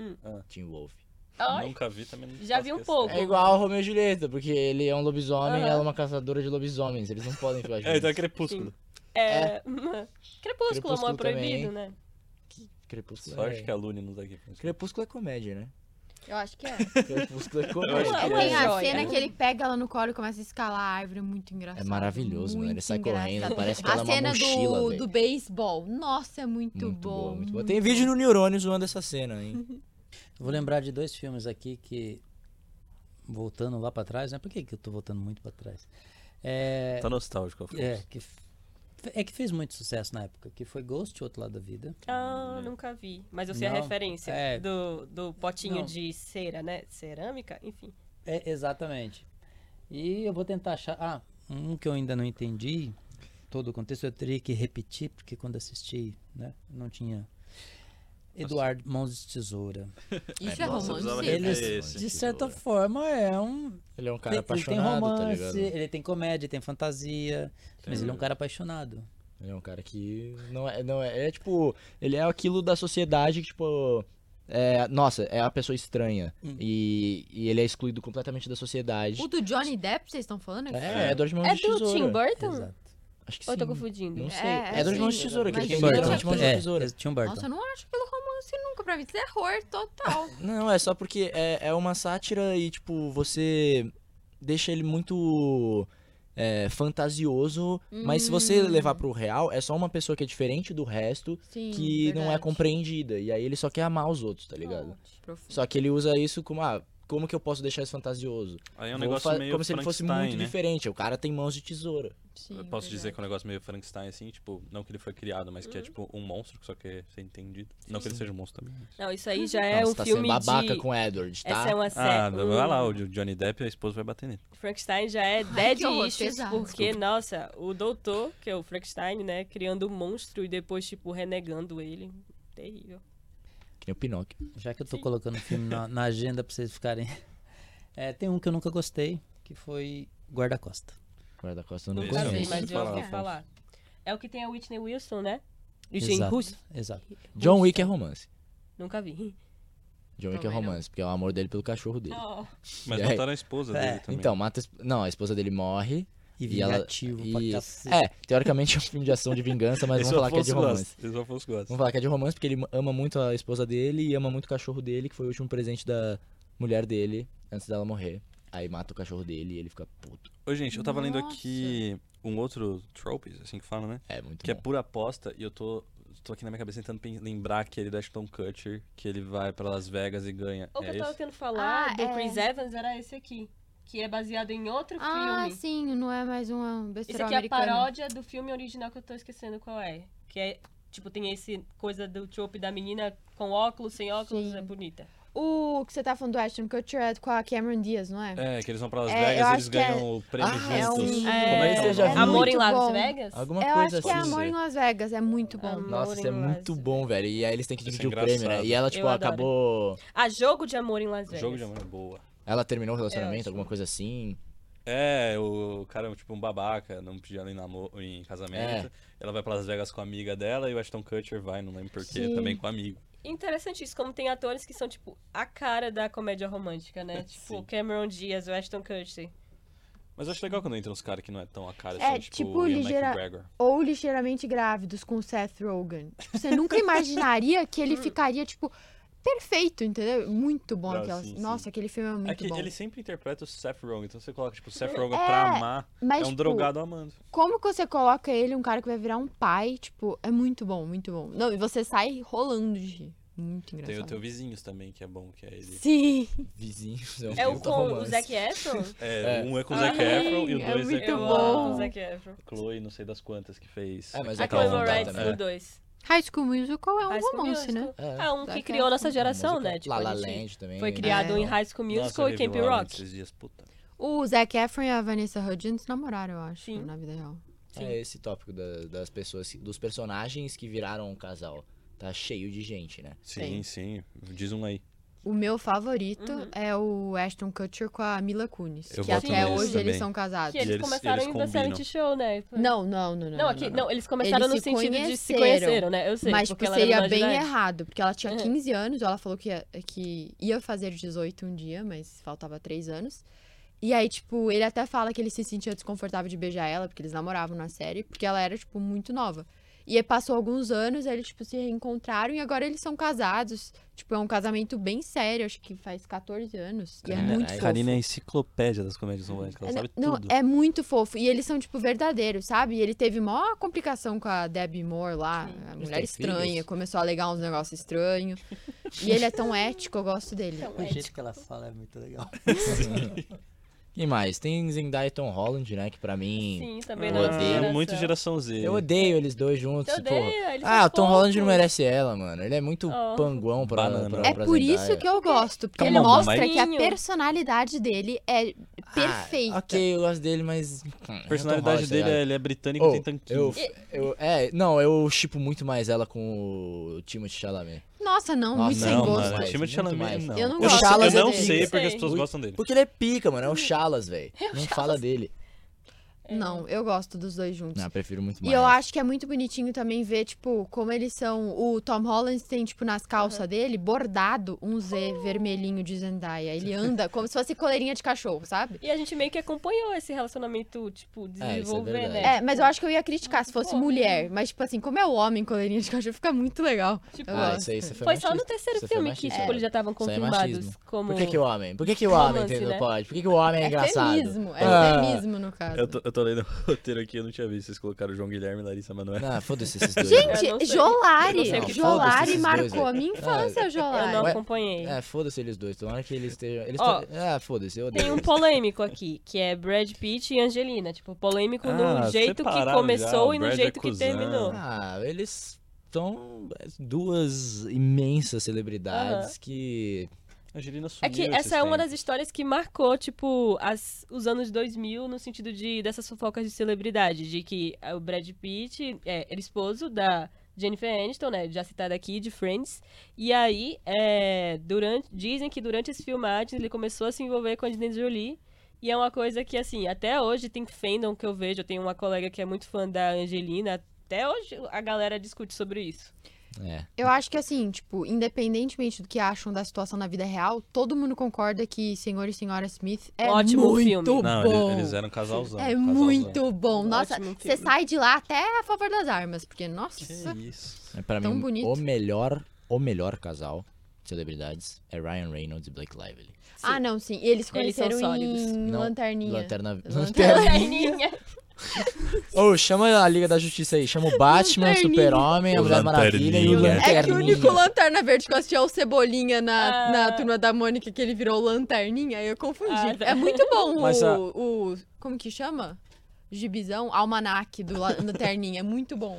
[SPEAKER 3] Hum.
[SPEAKER 1] Ah. Teen Wolf.
[SPEAKER 3] Ai,
[SPEAKER 4] Nunca vi também. não
[SPEAKER 3] Já
[SPEAKER 4] faço
[SPEAKER 3] vi um
[SPEAKER 4] questão.
[SPEAKER 3] pouco.
[SPEAKER 1] É igual ao Romeo e Julieta, porque ele é um lobisomem
[SPEAKER 3] Aham.
[SPEAKER 1] e ela é uma caçadora de lobisomens. Eles não podem ficar juntos.
[SPEAKER 4] [LAUGHS] É, então é crepúsculo.
[SPEAKER 3] é... [LAUGHS] Crepúsculo, amor
[SPEAKER 1] Crepúsculo
[SPEAKER 3] proibido, né?
[SPEAKER 1] Crepúsculo
[SPEAKER 4] Sorte
[SPEAKER 1] é...
[SPEAKER 4] que a Lune não tá aqui.
[SPEAKER 1] Crepúsculo é comédia, né?
[SPEAKER 2] Eu acho que é.
[SPEAKER 1] Crepúsculo é comédia.
[SPEAKER 3] acho que
[SPEAKER 2] Tem
[SPEAKER 3] é.
[SPEAKER 2] a
[SPEAKER 3] joia.
[SPEAKER 2] cena que ele pega ela no colo e começa a escalar a árvore, é muito engraçado.
[SPEAKER 1] É maravilhoso, mano. Ele
[SPEAKER 2] muito
[SPEAKER 1] sai correndo,
[SPEAKER 2] engraçado.
[SPEAKER 1] parece que
[SPEAKER 2] a
[SPEAKER 1] ela é uma
[SPEAKER 2] cena
[SPEAKER 1] mochila,
[SPEAKER 2] do,
[SPEAKER 1] velho.
[SPEAKER 2] do beisebol, nossa, é muito,
[SPEAKER 1] Muito
[SPEAKER 2] bom.
[SPEAKER 1] boa, muito boa. Tem vídeo no Neurônio zoando essa cena, hein?
[SPEAKER 5] Eu Vou lembrar de dois filmes aqui que. Voltando lá pra trás, né? Por que, que eu tô voltando muito pra trás? É,
[SPEAKER 4] Tá nostálgico, Afonso.
[SPEAKER 5] é, que, f- é que fez muito sucesso na época, que foi Ghost, O Outro Lado da Vida.
[SPEAKER 1] Hum.
[SPEAKER 3] Ah, nunca vi. Mas eu sei a
[SPEAKER 5] Não,
[SPEAKER 3] referência
[SPEAKER 5] é.
[SPEAKER 3] do, do potinho
[SPEAKER 5] Não.
[SPEAKER 3] de cera, né? Cerâmica, enfim.
[SPEAKER 5] É, exatamente. E eu vou tentar achar. Ah, um que eu ainda não entendi todo o contexto, eu teria que repetir, porque quando assisti, né, não tinha. Eduardo Mãos de Tesoura.
[SPEAKER 2] Isso
[SPEAKER 1] É,
[SPEAKER 2] é,
[SPEAKER 1] nossa,
[SPEAKER 2] romance.
[SPEAKER 4] precisava
[SPEAKER 2] sim.
[SPEAKER 4] rever.
[SPEAKER 5] Eles,
[SPEAKER 4] É esse,
[SPEAKER 5] de
[SPEAKER 4] tesoura.
[SPEAKER 5] certa forma, é um
[SPEAKER 1] Ele é um cara
[SPEAKER 5] Tem- ele tem
[SPEAKER 1] apaixonado, tá
[SPEAKER 5] romance,
[SPEAKER 1] ligado?
[SPEAKER 5] ele tem comédia, tem fantasia, mas ele é um cara apaixonado.
[SPEAKER 1] Ele é um cara que não é, não é, é tipo, ele é aquilo da sociedade que tipo, é, nossa, é uma pessoa estranha e, e ele é excluído completamente da sociedade.
[SPEAKER 2] O do Johnny Depp, vocês estão falando? aqui?
[SPEAKER 1] É, é Dor de Mãos
[SPEAKER 3] É
[SPEAKER 1] de
[SPEAKER 3] do
[SPEAKER 1] Tesoura.
[SPEAKER 3] Tim Burton?
[SPEAKER 5] Exato.
[SPEAKER 1] Acho que sim.
[SPEAKER 3] Ou eu tô confundindo?
[SPEAKER 1] Não sei.
[SPEAKER 2] É,
[SPEAKER 1] É, Dor de
[SPEAKER 2] sim.
[SPEAKER 1] Mãos de Tesoura, que
[SPEAKER 2] Mas
[SPEAKER 1] ele tem
[SPEAKER 2] Tim
[SPEAKER 1] Burton,
[SPEAKER 2] Burton.
[SPEAKER 1] Dor de Mãos de
[SPEAKER 5] É,
[SPEAKER 1] Tesoura.
[SPEAKER 5] é, Tim Burton.
[SPEAKER 2] Nossa, eu não acho aquilo romance nunca. Pra mim, isso é horror
[SPEAKER 1] [LAUGHS]
[SPEAKER 2] total.
[SPEAKER 1] Não, é só porque é, é uma sátira e, tipo, você deixa ele muito é, fantasioso, mas se você
[SPEAKER 2] Hum.
[SPEAKER 1] levar pro real, é só uma pessoa que é diferente do resto,
[SPEAKER 2] Sim,
[SPEAKER 1] que não é
[SPEAKER 2] verdade.
[SPEAKER 1] compreendida. E aí ele só quer amar os outros, tá ligado?
[SPEAKER 3] Oh.
[SPEAKER 2] Profundo.
[SPEAKER 1] Só que ele usa isso como, ah, como que eu posso deixar isso fantasioso?
[SPEAKER 4] Aí é um
[SPEAKER 1] Vou
[SPEAKER 4] negócio
[SPEAKER 1] fa-
[SPEAKER 4] meio
[SPEAKER 1] como se ele fosse
[SPEAKER 4] Frankenstein,
[SPEAKER 1] muito
[SPEAKER 4] né?
[SPEAKER 1] diferente. O cara tem mãos de tesoura.
[SPEAKER 2] Sim,
[SPEAKER 4] Eu posso dizer que
[SPEAKER 2] verdade.
[SPEAKER 4] é um negócio meio Frankenstein, assim, tipo, não que ele foi criado, mas
[SPEAKER 3] Uhum.
[SPEAKER 4] que é tipo um monstro, que só quer ser entendido. Não que ele seja um monstro também. mas-
[SPEAKER 3] Não, isso aí já é
[SPEAKER 1] Nossa,
[SPEAKER 3] um
[SPEAKER 1] tá sendo
[SPEAKER 3] filme
[SPEAKER 1] babaca
[SPEAKER 3] de...
[SPEAKER 1] com Edward, tá?
[SPEAKER 3] Essa é uma série.
[SPEAKER 4] Ah, vai lá, o Johnny Depp e a esposa vai bater nele.
[SPEAKER 3] Frankenstein já é
[SPEAKER 2] Ai,
[SPEAKER 3] dead
[SPEAKER 2] que horror,
[SPEAKER 3] issues,
[SPEAKER 2] pesado.
[SPEAKER 3] porque, nossa, o doutor, que é o Frankenstein, né, criando o monstro e depois, tipo, renegando ele. Terrível.
[SPEAKER 1] Que nem o Pinóquio.
[SPEAKER 5] Já que eu tô colocando o filme na, na agenda pra vocês ficarem. [LAUGHS] É, tem um que eu nunca gostei, que foi Guarda-Costa.
[SPEAKER 1] Guarda Costa eu não
[SPEAKER 4] Esse eu
[SPEAKER 3] Nunca
[SPEAKER 4] não
[SPEAKER 3] vi,
[SPEAKER 1] conheço.
[SPEAKER 4] sei
[SPEAKER 3] mas já ouvi
[SPEAKER 4] falar,
[SPEAKER 3] falar. É o que tem a Whitney Wilson, né? E Jane
[SPEAKER 5] Exato.
[SPEAKER 3] Russo.
[SPEAKER 5] Exato.
[SPEAKER 1] John Wick é romance.
[SPEAKER 3] Nunca vi.
[SPEAKER 1] John Wick é
[SPEAKER 2] Também não.
[SPEAKER 1] romance, porque é o amor dele pelo cachorro dele.
[SPEAKER 4] Mas
[SPEAKER 1] E aí?
[SPEAKER 4] mataram a esposa
[SPEAKER 5] É,
[SPEAKER 4] dele também.
[SPEAKER 1] Então, mata. a esp- Não, a esposa dele morre.
[SPEAKER 5] E
[SPEAKER 1] E ela-
[SPEAKER 5] vingativo pra
[SPEAKER 1] e-
[SPEAKER 5] cacete.
[SPEAKER 1] É, teoricamente é um filme de ação de vingança,
[SPEAKER 4] [LAUGHS]
[SPEAKER 1] mas
[SPEAKER 4] Esse
[SPEAKER 1] vamos falar que é de
[SPEAKER 4] Afonso
[SPEAKER 1] romance.
[SPEAKER 4] gosta, Esse Afonso gosta.
[SPEAKER 1] Vamos falar que é de romance, porque ele ama muito a esposa dele e ama muito o cachorro dele, que foi o último presente da mulher dele antes dela morrer. Aí mata o cachorro dele e ele fica puto.
[SPEAKER 4] Ô, gente, eu tava lendo
[SPEAKER 2] Nossa.
[SPEAKER 4] aqui um outro tropes, assim que fala, né?
[SPEAKER 1] É muito
[SPEAKER 4] Que é
[SPEAKER 1] bom.
[SPEAKER 4] pura aposta, e eu tô, tô aqui na minha cabeça tentando pen- lembrar aquele da Ashton Kutcher, que ele vai pra Las Vegas e ganha.
[SPEAKER 3] O que
[SPEAKER 4] é
[SPEAKER 3] eu tava
[SPEAKER 4] esse?
[SPEAKER 3] tentando falar
[SPEAKER 2] Ah,
[SPEAKER 3] do
[SPEAKER 2] é.
[SPEAKER 3] Chris Evans era esse aqui, que é baseado em outro
[SPEAKER 2] Ah,
[SPEAKER 3] filme.
[SPEAKER 2] sim, não é mais um
[SPEAKER 3] Esse
[SPEAKER 2] besteira
[SPEAKER 3] aqui é a
[SPEAKER 2] americano.
[SPEAKER 3] paródia do filme original que eu tô esquecendo qual é. Que é, tipo, tem esse coisa do trope da menina com óculos, sem óculos,
[SPEAKER 2] Sim.
[SPEAKER 3] é bonita.
[SPEAKER 2] O que você tá falando do Ashton Kutcher é com a Cameron Diaz, não é?
[SPEAKER 4] É, que eles vão pra
[SPEAKER 2] É,
[SPEAKER 4] Las
[SPEAKER 2] eu
[SPEAKER 4] Vegas e
[SPEAKER 2] acho
[SPEAKER 4] eles
[SPEAKER 2] que é-
[SPEAKER 4] ganham o prêmio
[SPEAKER 1] Ah,
[SPEAKER 2] é
[SPEAKER 4] juntos.
[SPEAKER 2] um-
[SPEAKER 4] Como
[SPEAKER 3] É,
[SPEAKER 4] é que é o
[SPEAKER 1] já
[SPEAKER 4] nome?
[SPEAKER 1] vi.
[SPEAKER 3] Amor em
[SPEAKER 2] muito
[SPEAKER 3] Las
[SPEAKER 2] bom.
[SPEAKER 3] Vegas?
[SPEAKER 1] Alguma
[SPEAKER 2] Eu
[SPEAKER 1] coisa
[SPEAKER 2] acho que é
[SPEAKER 1] assim.
[SPEAKER 2] Amor em Las Vegas, é muito bom.
[SPEAKER 3] Amor
[SPEAKER 1] Nossa,
[SPEAKER 3] em
[SPEAKER 1] isso é
[SPEAKER 3] Las
[SPEAKER 1] muito bom, velho. E aí eles têm que
[SPEAKER 4] Isso é
[SPEAKER 1] dividir o prêmio, né?
[SPEAKER 4] engraçado.
[SPEAKER 1] E ela, tipo,
[SPEAKER 3] Eu adoro.
[SPEAKER 1] acabou.
[SPEAKER 3] Ah, jogo de amor em Las Vegas.
[SPEAKER 4] Jogo de amor é boa.
[SPEAKER 1] Ela terminou o
[SPEAKER 3] É
[SPEAKER 1] relacionamento,
[SPEAKER 3] ótimo.
[SPEAKER 1] alguma coisa assim.
[SPEAKER 4] É, o cara é tipo um babaca, não pediu ela em, namoro, em
[SPEAKER 2] É.
[SPEAKER 4] casamento. Ela vai pra Las Vegas com a amiga dela e o Ashton Kutcher vai, não lembro porquê,
[SPEAKER 2] Sim.
[SPEAKER 4] também com amigo.
[SPEAKER 3] Interessante isso, como tem atores que são, tipo, a cara da comédia romântica,
[SPEAKER 4] [LAUGHS]
[SPEAKER 3] né? Tipo,
[SPEAKER 4] Sim.
[SPEAKER 3] Cameron Diaz, o Ashton Kutcher.
[SPEAKER 4] Mas eu acho legal quando entra uns caras que não é tão a cara,
[SPEAKER 2] É,
[SPEAKER 4] assim, tipo,
[SPEAKER 2] tipo,
[SPEAKER 4] o Ian
[SPEAKER 2] ligeira-
[SPEAKER 4] McGregor.
[SPEAKER 2] Ou Ligeiramente Grávidos com o Seth Rogen. Tipo, você [LAUGHS] nunca imaginaria que ele ficaria, tipo, perfeito, entendeu? Muito bom
[SPEAKER 4] Ah,
[SPEAKER 2] aquela.
[SPEAKER 4] sim, sim.
[SPEAKER 2] Nossa, aquele filme é muito
[SPEAKER 4] É que
[SPEAKER 2] bom.
[SPEAKER 4] ele sempre interpreta o Seth Rogen, então você coloca, tipo, o Seth Rogen
[SPEAKER 2] É,
[SPEAKER 4] pra amar,
[SPEAKER 2] Mas,
[SPEAKER 4] é um
[SPEAKER 2] tipo,
[SPEAKER 4] drogado amando.
[SPEAKER 2] como que você coloca ele, um cara que vai virar um pai, tipo, é muito bom, muito bom. Não, e você sai rolando de rir. Muito
[SPEAKER 4] Tem o
[SPEAKER 2] engraçado.
[SPEAKER 4] teu Vizinhos também, que é bom, que é ele.
[SPEAKER 2] Sim.
[SPEAKER 1] [LAUGHS] Vizinhos.
[SPEAKER 3] É o
[SPEAKER 1] puta
[SPEAKER 3] com o
[SPEAKER 1] um romance.
[SPEAKER 3] Zac Efron?
[SPEAKER 4] É,
[SPEAKER 1] É.
[SPEAKER 4] um é com o
[SPEAKER 3] Ai,
[SPEAKER 4] Zac Efron e o
[SPEAKER 2] é
[SPEAKER 4] dois
[SPEAKER 2] [LAUGHS]
[SPEAKER 4] é,
[SPEAKER 2] muito
[SPEAKER 4] com
[SPEAKER 3] Eu
[SPEAKER 2] bom.
[SPEAKER 3] amo
[SPEAKER 4] a
[SPEAKER 3] o Zac Efron.
[SPEAKER 4] Chloe, não sei das quantas, que fez.
[SPEAKER 1] É, mas
[SPEAKER 3] A
[SPEAKER 1] Zac
[SPEAKER 3] Chloe
[SPEAKER 1] Efron tá
[SPEAKER 3] Moretz
[SPEAKER 1] também.
[SPEAKER 3] no 2.
[SPEAKER 2] High School Musical é um
[SPEAKER 3] High School
[SPEAKER 2] romance, né?
[SPEAKER 3] Musical.
[SPEAKER 1] É.
[SPEAKER 3] Ah, um
[SPEAKER 2] Zac
[SPEAKER 3] que criou nossa geração,
[SPEAKER 1] Música.
[SPEAKER 3] né? Tipo,
[SPEAKER 1] La La
[SPEAKER 3] a gente
[SPEAKER 1] Land também. né?
[SPEAKER 3] foi criado
[SPEAKER 2] É.
[SPEAKER 3] em High School
[SPEAKER 4] Nossa,
[SPEAKER 3] Musical
[SPEAKER 4] eu
[SPEAKER 3] e
[SPEAKER 4] revi
[SPEAKER 3] Camp
[SPEAKER 4] La La Land
[SPEAKER 3] Rock.
[SPEAKER 4] esses dias, puta.
[SPEAKER 2] O Zac Efron e a Vanessa Hudgens namoraram, eu acho,
[SPEAKER 3] Sim.
[SPEAKER 2] na vida real.
[SPEAKER 3] assim.
[SPEAKER 1] É esse tópico da- das pessoas, dos personagens que viraram um casal. Tá cheio de gente,
[SPEAKER 3] [LAUGHS]
[SPEAKER 1] né?
[SPEAKER 4] Sim, sim. Diz um aí.
[SPEAKER 2] O meu favorito
[SPEAKER 3] Uhum.
[SPEAKER 2] é o Ashton Kutcher com a Mila Kunis,
[SPEAKER 4] Eu
[SPEAKER 2] que
[SPEAKER 4] voto
[SPEAKER 2] até
[SPEAKER 4] nesse
[SPEAKER 2] hoje eles
[SPEAKER 4] também.
[SPEAKER 2] são casados.
[SPEAKER 3] Que eles,
[SPEAKER 4] E eles-
[SPEAKER 3] começaram
[SPEAKER 4] eles
[SPEAKER 3] em The
[SPEAKER 4] combinam.
[SPEAKER 3] Seventy Show, né?
[SPEAKER 2] Não, não, não, não.
[SPEAKER 3] Não, aqui, não, eles começaram
[SPEAKER 2] Eles
[SPEAKER 3] no
[SPEAKER 2] se
[SPEAKER 3] sentido de se
[SPEAKER 2] conheceram.
[SPEAKER 3] conheceram, né? Eu sei,
[SPEAKER 2] Mas
[SPEAKER 3] porque
[SPEAKER 2] tipo,
[SPEAKER 3] ela era
[SPEAKER 2] seria
[SPEAKER 3] menor de
[SPEAKER 2] bem
[SPEAKER 3] idade.
[SPEAKER 2] errado, porque ela tinha
[SPEAKER 3] É.
[SPEAKER 2] 15 anos, ela falou que ia, que ia fazer 18 um dia, mas faltava 3 anos. E aí, tipo, ele até fala que ele se sentia desconfortável de beijar ela, porque eles namoravam na série, porque ela era, tipo, muito nova. E aí passou alguns anos, aí eles, tipo, se reencontraram e agora eles são casados. Tipo, é um casamento bem sério, acho que faz 14 anos. E é
[SPEAKER 1] Carina-
[SPEAKER 2] muito
[SPEAKER 1] Carina
[SPEAKER 2] fofo.
[SPEAKER 4] Karina é a enciclopédia das comédias
[SPEAKER 1] Então
[SPEAKER 4] românticas, ela
[SPEAKER 2] É,
[SPEAKER 4] sabe
[SPEAKER 2] não,
[SPEAKER 4] tudo.
[SPEAKER 2] é muito fofo. E eles são, tipo, verdadeiros, sabe? E ele teve maior complicação com a Debbie Moore lá, a mulher
[SPEAKER 1] têm
[SPEAKER 2] estranha,
[SPEAKER 1] filhos?
[SPEAKER 2] começou a alegar uns negócios estranhos. e ele é tão ético, eu gosto dele.
[SPEAKER 5] O jeito que ela fala é muito legal.
[SPEAKER 1] [LAUGHS] E mais? Tem Zendaya e Tom Holland, né? Que pra mim.
[SPEAKER 3] Sim, também
[SPEAKER 1] Eu
[SPEAKER 3] na nossa
[SPEAKER 1] odeio
[SPEAKER 3] geração.
[SPEAKER 4] muito geração Z.
[SPEAKER 1] Eu odeio eles dois juntos.
[SPEAKER 3] Eu
[SPEAKER 1] porra.
[SPEAKER 3] odeio, eles
[SPEAKER 1] Ah,
[SPEAKER 3] são
[SPEAKER 1] o Tom Holland não
[SPEAKER 3] fofos.
[SPEAKER 1] merece ela, mano. Ele é muito
[SPEAKER 3] Oh.
[SPEAKER 1] panguão pra,
[SPEAKER 4] Banana.
[SPEAKER 1] pra,
[SPEAKER 2] É
[SPEAKER 1] pra
[SPEAKER 2] por
[SPEAKER 1] Zendaya.
[SPEAKER 2] isso que eu gosto, porque
[SPEAKER 4] Calma,
[SPEAKER 2] ele mostra
[SPEAKER 4] mamãe.
[SPEAKER 2] que a personalidade dele é perfeita.
[SPEAKER 1] Ah, ok, eu gosto dele, mas. hum, é
[SPEAKER 4] A personalidade dele é, ele é britânico e tem
[SPEAKER 1] eu,
[SPEAKER 4] tanquinho.
[SPEAKER 1] eu, é, não, eu chipo muito mais ela com o Timothée Chalamet.
[SPEAKER 2] Nossa, não,
[SPEAKER 1] Nossa,
[SPEAKER 2] muito sem
[SPEAKER 4] não,
[SPEAKER 2] gosto.
[SPEAKER 4] mano.
[SPEAKER 1] mais,
[SPEAKER 4] Timothée
[SPEAKER 1] muito
[SPEAKER 4] Chalamet,
[SPEAKER 1] mais.
[SPEAKER 4] não.
[SPEAKER 2] Eu não
[SPEAKER 1] O
[SPEAKER 4] eu
[SPEAKER 2] gosto.
[SPEAKER 1] Chalas
[SPEAKER 4] eu não
[SPEAKER 1] é
[SPEAKER 2] dele.
[SPEAKER 4] sei porque
[SPEAKER 3] Sei.
[SPEAKER 4] as pessoas gostam dele.
[SPEAKER 1] Porque ele é pica, mano. É o Chalas, velho. Não fala dele.
[SPEAKER 2] Não, eu gosto dos dois juntos.
[SPEAKER 1] Não, eu prefiro muito
[SPEAKER 2] E
[SPEAKER 1] mais.
[SPEAKER 2] eu acho que é muito bonitinho também ver, tipo, como eles são. O Tom Holland tem, tipo, nas calças dele, bordado um Z vermelhinho de Zendaya. Ele anda como se fosse coleirinha de cachorro, sabe?
[SPEAKER 3] E a gente meio que acompanhou esse relacionamento, tipo,
[SPEAKER 1] É,
[SPEAKER 3] desenvolver,
[SPEAKER 1] verdade.
[SPEAKER 3] né?
[SPEAKER 2] É, mas eu acho que eu ia criticar se fosse
[SPEAKER 3] Fofo.
[SPEAKER 2] mulher. Mas, tipo assim, como é o homem coleirinha de cachorro, fica muito legal.
[SPEAKER 3] Tipo,
[SPEAKER 2] Eu
[SPEAKER 1] Ah,
[SPEAKER 2] gosto.
[SPEAKER 1] isso aí, você foi
[SPEAKER 3] foi só no
[SPEAKER 1] machista.
[SPEAKER 3] terceiro
[SPEAKER 1] Isso foi
[SPEAKER 3] filme que,
[SPEAKER 1] machista.
[SPEAKER 3] tipo,
[SPEAKER 1] É.
[SPEAKER 3] eles já estavam
[SPEAKER 1] Isso aí é
[SPEAKER 3] confirmados
[SPEAKER 1] machismo.
[SPEAKER 3] como...
[SPEAKER 1] Por que, que o homem? Por que, que o homem
[SPEAKER 3] Romance,
[SPEAKER 1] entendeu?
[SPEAKER 3] né?
[SPEAKER 1] Pode? Por que, que o homem é,
[SPEAKER 2] É
[SPEAKER 1] engraçado?
[SPEAKER 2] feminismo, é
[SPEAKER 1] Ah.
[SPEAKER 2] feminismo, no caso.
[SPEAKER 4] Eu tô, eu tô lendo o roteiro aqui, eu não tinha visto. Vocês colocaram João Guilherme e Larissa Manoel.
[SPEAKER 1] Ah, foda-se esses dois.
[SPEAKER 3] Eu não
[SPEAKER 2] Gente,
[SPEAKER 3] sei.
[SPEAKER 2] Jolari.
[SPEAKER 3] Eu não sei o que
[SPEAKER 1] foda-se
[SPEAKER 2] Jolari
[SPEAKER 1] esses dois,
[SPEAKER 2] marcou
[SPEAKER 1] velho.
[SPEAKER 2] a minha infância, o
[SPEAKER 3] Eu
[SPEAKER 2] Jolari.
[SPEAKER 3] não
[SPEAKER 1] Ué,
[SPEAKER 3] acompanhei.
[SPEAKER 1] É, foda-se eles dois. Tomara que eles estejam. Eles
[SPEAKER 3] Ó,
[SPEAKER 1] tão- Ah, foda-se, eu odeio.
[SPEAKER 3] Tem um
[SPEAKER 1] eles.
[SPEAKER 3] polêmico aqui, que é Brad Pitt e Angelina. Tipo, polêmico
[SPEAKER 4] Ah,
[SPEAKER 3] no jeito que
[SPEAKER 4] separaram
[SPEAKER 3] começou
[SPEAKER 4] já,
[SPEAKER 3] e no
[SPEAKER 4] Brad é
[SPEAKER 3] jeito que
[SPEAKER 4] cuzão.
[SPEAKER 3] terminou.
[SPEAKER 1] Ah, eles são duas imensas celebridades que.
[SPEAKER 4] Angelina
[SPEAKER 3] É
[SPEAKER 4] sumiu.
[SPEAKER 3] que
[SPEAKER 4] esses
[SPEAKER 3] essa é uma
[SPEAKER 4] tempos.
[SPEAKER 3] das histórias que marcou, tipo, as- os anos 2000 no sentido de dessas fofocas de celebridade, de que ah, o Brad Pitt é, era esposo da Jennifer Aniston, né, já citada aqui, de Friends, e aí, é, durante, dizem que durante as filmagens ele começou a se envolver com a Angelina Jolie, e é uma coisa que, assim, até hoje tem fandom que eu vejo, eu tenho uma colega que é muito fã da Angelina, até hoje a galera discute sobre isso.
[SPEAKER 1] É.
[SPEAKER 2] Eu acho que assim, tipo, independentemente do que acham da situação na vida real, todo mundo concorda que Senhor e Senhora Smith é
[SPEAKER 3] Ótimo
[SPEAKER 2] muito
[SPEAKER 3] filme. Um
[SPEAKER 2] bom.
[SPEAKER 4] Não, eles, eles eram um casalzão.
[SPEAKER 2] É
[SPEAKER 4] casalzão.
[SPEAKER 2] muito bom. Nossa,
[SPEAKER 3] Ótimo
[SPEAKER 2] você
[SPEAKER 3] filme.
[SPEAKER 2] sai de lá até a favor das armas, porque nossa,
[SPEAKER 4] Que isso.
[SPEAKER 1] é pra
[SPEAKER 2] Tão
[SPEAKER 1] mim,
[SPEAKER 2] bonito.
[SPEAKER 1] o melhor, o melhor casal de celebridades é Ryan Reynolds e Blake Lively.
[SPEAKER 2] ah, não, sim. E eles se
[SPEAKER 3] Eles são
[SPEAKER 2] conheceram
[SPEAKER 3] sólidos.
[SPEAKER 2] em
[SPEAKER 1] Não,
[SPEAKER 2] Lanterninha.
[SPEAKER 1] Lanterna.
[SPEAKER 3] [LAUGHS]
[SPEAKER 2] Lanterna-
[SPEAKER 1] Lanterna.
[SPEAKER 3] Perninha.
[SPEAKER 2] [LAUGHS]
[SPEAKER 1] Ô, chama a Liga da Justiça aí. Chama o Batman,
[SPEAKER 2] Lanterninha.
[SPEAKER 1] Super-Homem, a
[SPEAKER 4] O
[SPEAKER 1] Mulher Maravilha e o
[SPEAKER 4] Lanterninha.
[SPEAKER 1] Lanterninha.
[SPEAKER 2] É que o único Lanterna Verde que eu assisti é o Cebolinha na,
[SPEAKER 3] Ah.
[SPEAKER 2] na turma da Mônica, que ele virou Lanterninha, aí eu confundi.
[SPEAKER 3] Ah, tá.
[SPEAKER 2] É muito bom
[SPEAKER 4] Mas
[SPEAKER 2] o,
[SPEAKER 4] a-
[SPEAKER 2] o- Como que chama? Gibizão? Almanac do La- Lanterninha. É muito
[SPEAKER 4] [LAUGHS]
[SPEAKER 2] bom.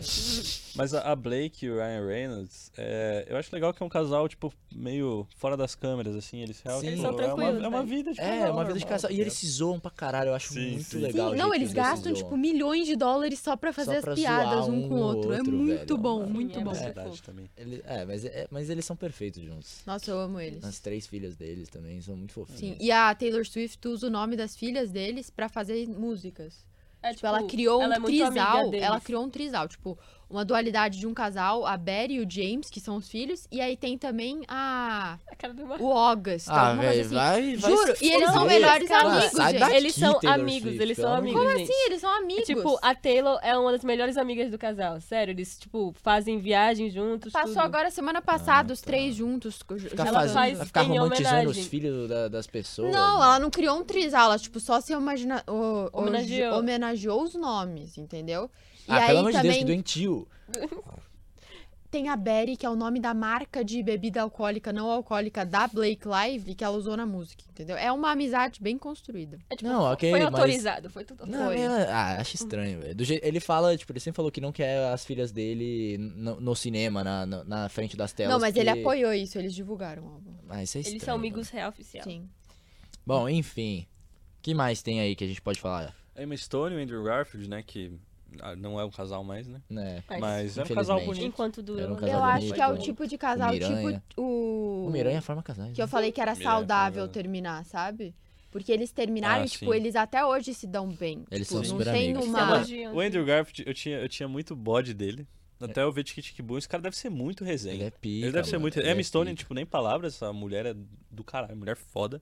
[SPEAKER 4] Mas a a Blake e o Ryan Reynolds, é, eu acho legal que é um casal, tipo, meio fora das câmeras, assim. Eles realmente.
[SPEAKER 1] Eles
[SPEAKER 4] tipo,
[SPEAKER 1] são
[SPEAKER 4] é, uma,
[SPEAKER 3] tranquilos,
[SPEAKER 4] é uma
[SPEAKER 3] né?
[SPEAKER 4] vida de casal.
[SPEAKER 1] É, uma vida de
[SPEAKER 4] normal,
[SPEAKER 1] casal. E
[SPEAKER 4] entendeu?
[SPEAKER 1] eles se zoam pra caralho, eu acho
[SPEAKER 4] Sim,
[SPEAKER 1] muito
[SPEAKER 4] sim.
[SPEAKER 1] legal. o
[SPEAKER 2] Sim,
[SPEAKER 1] jeito
[SPEAKER 2] não,
[SPEAKER 1] que
[SPEAKER 2] eles
[SPEAKER 1] se
[SPEAKER 2] gastam,
[SPEAKER 1] zoam.
[SPEAKER 2] tipo, milhões de dólares só pra fazer
[SPEAKER 1] Só
[SPEAKER 2] as
[SPEAKER 1] pra
[SPEAKER 2] piadas
[SPEAKER 1] zoar
[SPEAKER 2] um com o outro. É
[SPEAKER 1] outro,
[SPEAKER 2] muito
[SPEAKER 1] velho.
[SPEAKER 2] bom,
[SPEAKER 1] É
[SPEAKER 2] muito
[SPEAKER 3] uma
[SPEAKER 2] bom.
[SPEAKER 3] merda.
[SPEAKER 4] Verdade também.
[SPEAKER 1] Ele- é, mas, é- mas eles são perfeitos juntos.
[SPEAKER 2] Nossa, eu amo eles.
[SPEAKER 1] As três filhas deles também são muito fofinhas.
[SPEAKER 2] Sim. E a Taylor Swift usa o nome das filhas deles pra fazer músicas.
[SPEAKER 3] É,
[SPEAKER 2] Tipo, ela criou um
[SPEAKER 3] ela é muito amiga
[SPEAKER 2] trisal.
[SPEAKER 3] deles.
[SPEAKER 2] Ela criou um trisal, tipo, uma dualidade de um casal, a Betty e o James, que são os filhos, e aí tem também a
[SPEAKER 3] A cara do Marcos.
[SPEAKER 2] o August,
[SPEAKER 1] Ah,
[SPEAKER 2] alguma coisa
[SPEAKER 1] velho,
[SPEAKER 2] assim.
[SPEAKER 1] vai, vai.
[SPEAKER 2] Juro,
[SPEAKER 1] se
[SPEAKER 2] e eles são
[SPEAKER 1] fuder.
[SPEAKER 2] melhores
[SPEAKER 1] Cara,
[SPEAKER 2] amigos,
[SPEAKER 1] sai
[SPEAKER 2] gente.
[SPEAKER 1] daqui,
[SPEAKER 3] Eles são
[SPEAKER 1] Taylor
[SPEAKER 3] amigos,
[SPEAKER 1] Swift,
[SPEAKER 3] eles
[SPEAKER 1] pelo
[SPEAKER 3] são
[SPEAKER 1] amor de
[SPEAKER 3] amigos.
[SPEAKER 1] Deus.
[SPEAKER 3] gente.
[SPEAKER 2] Sim, assim? É, eles são amigos.
[SPEAKER 3] Tipo, a Taylor é uma das melhores amigas do casal. Sério, eles, tipo, fazem viagem juntos.
[SPEAKER 2] passou
[SPEAKER 3] tudo.
[SPEAKER 2] agora semana passada
[SPEAKER 1] Ah,
[SPEAKER 2] os
[SPEAKER 1] tá.
[SPEAKER 2] três juntos. co-
[SPEAKER 1] Ficar,
[SPEAKER 2] já
[SPEAKER 3] ela
[SPEAKER 1] fazendo-
[SPEAKER 3] faz
[SPEAKER 1] vai ficar
[SPEAKER 3] em
[SPEAKER 1] romantizando os
[SPEAKER 3] homenagem.
[SPEAKER 1] filhos da- das pessoas.
[SPEAKER 2] Não, ela não criou um trisal, ela tipo só se imagina, o- o-
[SPEAKER 3] Homenageou.
[SPEAKER 2] homenageou os nomes, entendeu? E
[SPEAKER 1] Ah,
[SPEAKER 2] aí
[SPEAKER 1] pelo amor de Deus,
[SPEAKER 2] também
[SPEAKER 1] que doentio.
[SPEAKER 2] tem a Berry, que é o nome da marca de bebida alcoólica não alcoólica da Blake Live, que ela usou na música, entendeu? É uma amizade bem construída.
[SPEAKER 3] É, tipo,
[SPEAKER 1] Não, ok,
[SPEAKER 3] Foi
[SPEAKER 1] mas-
[SPEAKER 3] autorizado, foi tudo
[SPEAKER 1] Não,
[SPEAKER 3] foi.
[SPEAKER 1] ela- ah, acho estranho, velho. Do jeito- Ele fala, tipo, ele sempre falou que não quer as filhas dele no, no cinema, na, na, na frente das telas.
[SPEAKER 2] não, mas ele
[SPEAKER 1] porque-
[SPEAKER 2] apoiou isso, eles divulgaram o álbum.
[SPEAKER 1] Ah, isso é
[SPEAKER 3] Eles
[SPEAKER 1] estranho,
[SPEAKER 3] são
[SPEAKER 1] mano.
[SPEAKER 3] amigos real oficial.
[SPEAKER 2] Sim.
[SPEAKER 1] Bom, enfim. O que mais tem aí que a gente pode falar?
[SPEAKER 4] Emma Stone e o Andrew Garfield, né? Que ah, não é um casal mais, né?
[SPEAKER 1] Né?
[SPEAKER 3] Mas,
[SPEAKER 4] Mas é um casal
[SPEAKER 1] infelizmente.
[SPEAKER 4] bonito.
[SPEAKER 3] enquanto durou.
[SPEAKER 1] Era um
[SPEAKER 3] né?
[SPEAKER 1] Casal
[SPEAKER 2] eu acho
[SPEAKER 1] bonito,
[SPEAKER 2] que é o
[SPEAKER 1] né?
[SPEAKER 2] tipo de casal,
[SPEAKER 1] O Miranha.
[SPEAKER 2] tipo o...
[SPEAKER 1] O Miranha forma casais. né?
[SPEAKER 2] Que eu falei que era
[SPEAKER 4] Miranha,
[SPEAKER 2] saudável
[SPEAKER 4] Miranha.
[SPEAKER 2] terminar, sabe? Porque eles terminaram,
[SPEAKER 4] Ah,
[SPEAKER 2] e, tipo,
[SPEAKER 4] sim.
[SPEAKER 2] eles até hoje se dão bem.
[SPEAKER 1] Eles
[SPEAKER 2] tipo,
[SPEAKER 1] são
[SPEAKER 2] não
[SPEAKER 1] super
[SPEAKER 2] tem
[SPEAKER 1] amigos.
[SPEAKER 3] Eles
[SPEAKER 4] É
[SPEAKER 2] uma...
[SPEAKER 3] se
[SPEAKER 1] Mano,
[SPEAKER 3] elogiam,
[SPEAKER 4] O
[SPEAKER 3] assim.
[SPEAKER 4] Andrew Garfield, eu tinha, eu tinha muito bode dele. Até eu ver Ticket Boom, esse cara deve ser muito resenha.
[SPEAKER 1] Ele é pica.
[SPEAKER 4] Ele deve ser
[SPEAKER 1] mano.
[SPEAKER 4] muito.
[SPEAKER 1] Ele
[SPEAKER 4] Emma
[SPEAKER 1] é
[SPEAKER 4] Stone,
[SPEAKER 1] pica.
[SPEAKER 4] tipo, nem palavras, essa mulher é do caralho, mulher foda.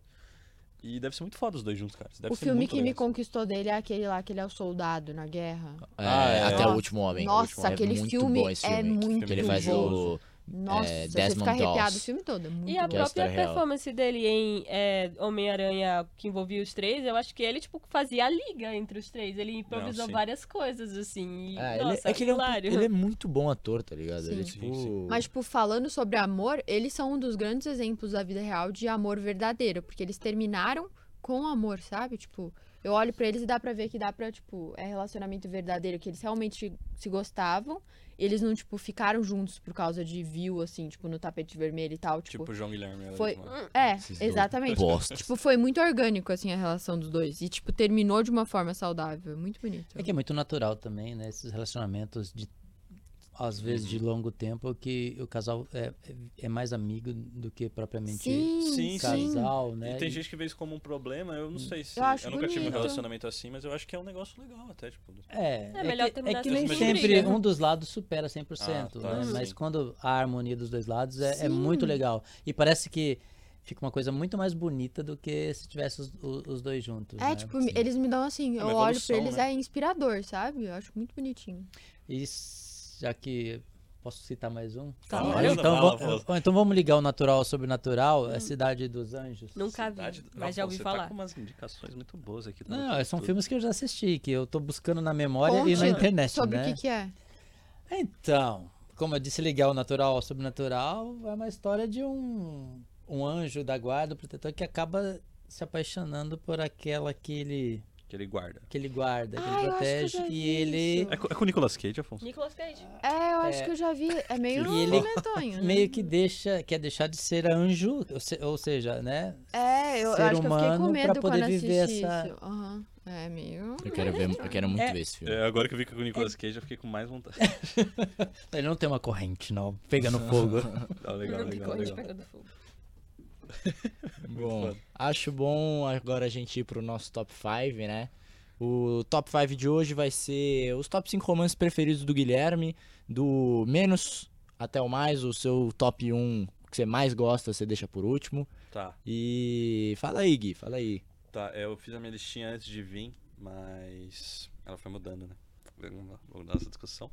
[SPEAKER 4] E deve ser muito foda os dois juntos, cara. Isso Deve
[SPEAKER 2] O
[SPEAKER 4] ser
[SPEAKER 2] filme
[SPEAKER 4] muito assim.
[SPEAKER 2] que me
[SPEAKER 4] legal.
[SPEAKER 2] conquistou dele é aquele lá que ele é o soldado na guerra.
[SPEAKER 1] É,
[SPEAKER 4] Ah, é.
[SPEAKER 1] Até o
[SPEAKER 2] Nossa,
[SPEAKER 1] último homem.
[SPEAKER 2] Nossa,
[SPEAKER 1] É
[SPEAKER 2] aquele
[SPEAKER 1] muito
[SPEAKER 2] filme,
[SPEAKER 1] bom esse
[SPEAKER 2] é
[SPEAKER 1] filme.
[SPEAKER 2] muito
[SPEAKER 1] Que ele faz
[SPEAKER 2] bom.
[SPEAKER 1] o.
[SPEAKER 2] Nossa,
[SPEAKER 1] É,
[SPEAKER 2] você
[SPEAKER 1] Desmond
[SPEAKER 2] fica arrepiado
[SPEAKER 1] Doss.
[SPEAKER 2] o filme todo. É muito
[SPEAKER 3] E a
[SPEAKER 2] bom.
[SPEAKER 1] Que é a
[SPEAKER 3] própria
[SPEAKER 1] história real.
[SPEAKER 3] performance dele em é, Homem-Aranha, que envolvia os três, eu acho que ele, tipo, fazia a liga entre os três. Ele improvisou
[SPEAKER 4] sim.
[SPEAKER 3] várias coisas, assim. E,
[SPEAKER 1] Ah, ele,
[SPEAKER 3] nossa,
[SPEAKER 1] é que ele é, um,
[SPEAKER 3] hilário.
[SPEAKER 1] ele é muito bom ator, tá ligado? Ele,
[SPEAKER 2] Sim.
[SPEAKER 1] tipo.
[SPEAKER 4] Sim, sim.
[SPEAKER 2] Mas, tipo, falando sobre amor, eles são um dos grandes exemplos da vida real de amor verdadeiro. Porque eles terminaram com amor, sabe? Tipo, eu olho pra eles e dá pra ver que dá pra, tipo, é relacionamento verdadeiro, que eles realmente se gostavam. Eles não, tipo, ficaram juntos por causa de view, assim, tipo, no tapete vermelho e tal. Tipo,
[SPEAKER 4] Tipo, o João Guilherme. ela
[SPEAKER 2] foi-
[SPEAKER 4] mesma.
[SPEAKER 2] é,
[SPEAKER 1] esses dois
[SPEAKER 2] exatamente.
[SPEAKER 1] bosta.
[SPEAKER 2] Tipo, foi muito orgânico, assim, a relação dos dois. E, tipo, terminou de uma forma saudável. Muito bonito.
[SPEAKER 5] É que é muito natural também, né? Esses relacionamentos de às vezes de longo tempo, que o casal é, é mais amigo do que propriamente
[SPEAKER 2] Sim,
[SPEAKER 4] Sim,
[SPEAKER 5] casal, né?
[SPEAKER 4] E tem
[SPEAKER 5] E-
[SPEAKER 4] gente que vê isso como um problema, eu não sei se.
[SPEAKER 2] Hum. Eu acho
[SPEAKER 4] nunca tive um
[SPEAKER 2] bonito.
[SPEAKER 4] relacionamento assim, mas eu acho que é um negócio legal até, tipo.
[SPEAKER 5] É,
[SPEAKER 3] É melhor
[SPEAKER 5] que,
[SPEAKER 3] terminar
[SPEAKER 5] é que
[SPEAKER 4] sem
[SPEAKER 5] nem
[SPEAKER 4] briga.
[SPEAKER 5] sempre um dos lados supera 100%,
[SPEAKER 4] Ah, tá,
[SPEAKER 5] né?
[SPEAKER 4] sim.
[SPEAKER 5] mas quando há harmonia dos dois lados é, é
[SPEAKER 2] Sim.
[SPEAKER 5] muito legal. E parece que fica uma coisa muito mais bonita do que se tivesse os, o- os dois juntos.
[SPEAKER 2] É,
[SPEAKER 5] né?
[SPEAKER 2] tipo, eles me dão assim,
[SPEAKER 4] É
[SPEAKER 2] eu
[SPEAKER 4] uma
[SPEAKER 2] olho pra
[SPEAKER 4] evolução,
[SPEAKER 2] eles,
[SPEAKER 4] né?
[SPEAKER 2] é inspirador, sabe? Eu acho muito bonitinho.
[SPEAKER 5] E s- já que. Posso citar mais um?
[SPEAKER 3] Tá.
[SPEAKER 5] Ou
[SPEAKER 4] Manda
[SPEAKER 5] então,
[SPEAKER 4] bala,
[SPEAKER 5] vamos-
[SPEAKER 4] Fausto.
[SPEAKER 5] então vamos ligar o natural ao sobrenatural,
[SPEAKER 2] Hum.
[SPEAKER 5] é Cidade dos Anjos.
[SPEAKER 3] Nunca
[SPEAKER 4] Cidade-
[SPEAKER 3] vi,
[SPEAKER 4] Não,
[SPEAKER 3] mas já ouvi
[SPEAKER 4] você Tá
[SPEAKER 3] falar.
[SPEAKER 4] com umas indicações muito boas aqui. tá?
[SPEAKER 5] Não, são
[SPEAKER 4] Tudo.
[SPEAKER 5] filmes que eu já assisti, que eu tô buscando na memória
[SPEAKER 2] Conte
[SPEAKER 5] e na internet,
[SPEAKER 2] Sobre
[SPEAKER 5] né?
[SPEAKER 2] o que que é.
[SPEAKER 5] Então, como eu disse, ligar o natural ao sobrenatural é uma história de um, um anjo da guarda, um protetor, que acaba se apaixonando por aquela que ele,
[SPEAKER 4] Que ele guarda.
[SPEAKER 5] que ele guarda, que
[SPEAKER 2] Ah, eu
[SPEAKER 5] ele
[SPEAKER 2] acho que eu
[SPEAKER 5] protege,
[SPEAKER 2] já
[SPEAKER 5] e
[SPEAKER 2] vi
[SPEAKER 5] ele
[SPEAKER 2] isso.
[SPEAKER 4] É co- é com o Nicolas Cage, Afonso?
[SPEAKER 3] Nicolas Cage.
[SPEAKER 2] É, eu acho
[SPEAKER 5] É.
[SPEAKER 2] que eu já vi. É meio
[SPEAKER 5] E ele-
[SPEAKER 2] medonho, né?
[SPEAKER 5] meio que deixa, quer deixar de ser anjo, ou se- ou seja, né?
[SPEAKER 2] É, eu, eu
[SPEAKER 5] ser
[SPEAKER 2] acho que eu fiquei com
[SPEAKER 5] humano pra
[SPEAKER 2] medo
[SPEAKER 5] poder
[SPEAKER 2] quando assisti
[SPEAKER 5] viver essa-
[SPEAKER 2] isso. Aham. É meio...
[SPEAKER 1] Eu quero ver, eu quero muito
[SPEAKER 5] É.
[SPEAKER 1] ver esse filme.
[SPEAKER 4] É, agora que eu vi que é com o Nicolas Cage, eu fiquei com mais vontade.
[SPEAKER 5] Ele não tem uma corrente, não, pega no fogo.
[SPEAKER 4] Ah, legal, legal, legal.
[SPEAKER 1] Bom,
[SPEAKER 4] foda.
[SPEAKER 1] acho bom agora a gente ir pro nosso top 5, né? O top 5 de hoje vai ser os top 5 romances preferidos do Guilherme, do menos até o mais, o seu top 1 que você mais gosta, você deixa por último.
[SPEAKER 4] Tá,
[SPEAKER 1] E fala aí, Gui, fala aí.
[SPEAKER 4] tá. Eu fiz a minha listinha antes de vir, mas ela foi mudando, né? Vamos lá, vamos dar essa discussão.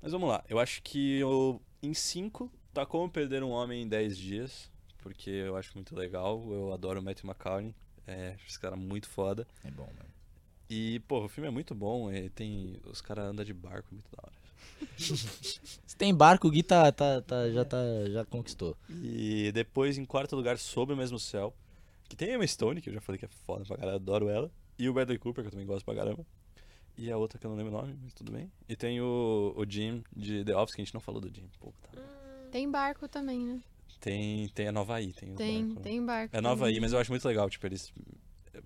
[SPEAKER 4] Mas vamos lá. Eu acho que eu, em 5 tá como perder um homem em 10 dias, porque eu acho muito legal. Eu adoro o Matthew McCartney. É, acho esse cara muito foda.
[SPEAKER 1] É bom, mano.
[SPEAKER 4] E, pô, o filme é muito bom. é, tem, os caras andam de barco, é muito da hora.
[SPEAKER 1] Se tem barco, o Gui tá, tá, tá- já, tá, já conquistou.
[SPEAKER 4] E depois, em quarto lugar, Sobre o Mesmo Céu, que tem a Emma Stone, que eu já falei que é foda pra caralho, adoro ela. E o Bradley Cooper, que eu também gosto pra caramba. E a outra que eu não lembro o nome, mas tudo bem. E tem o, o Jim de The Office, que a gente não falou do Jim. Pô, tá.
[SPEAKER 2] Tem barco também, né?
[SPEAKER 4] Tem, tem a Nova I, tem o
[SPEAKER 2] Tem,
[SPEAKER 4] barco.
[SPEAKER 2] tem um barco.
[SPEAKER 4] É Nova
[SPEAKER 2] também.
[SPEAKER 4] I, mas eu acho muito legal, tipo, eles...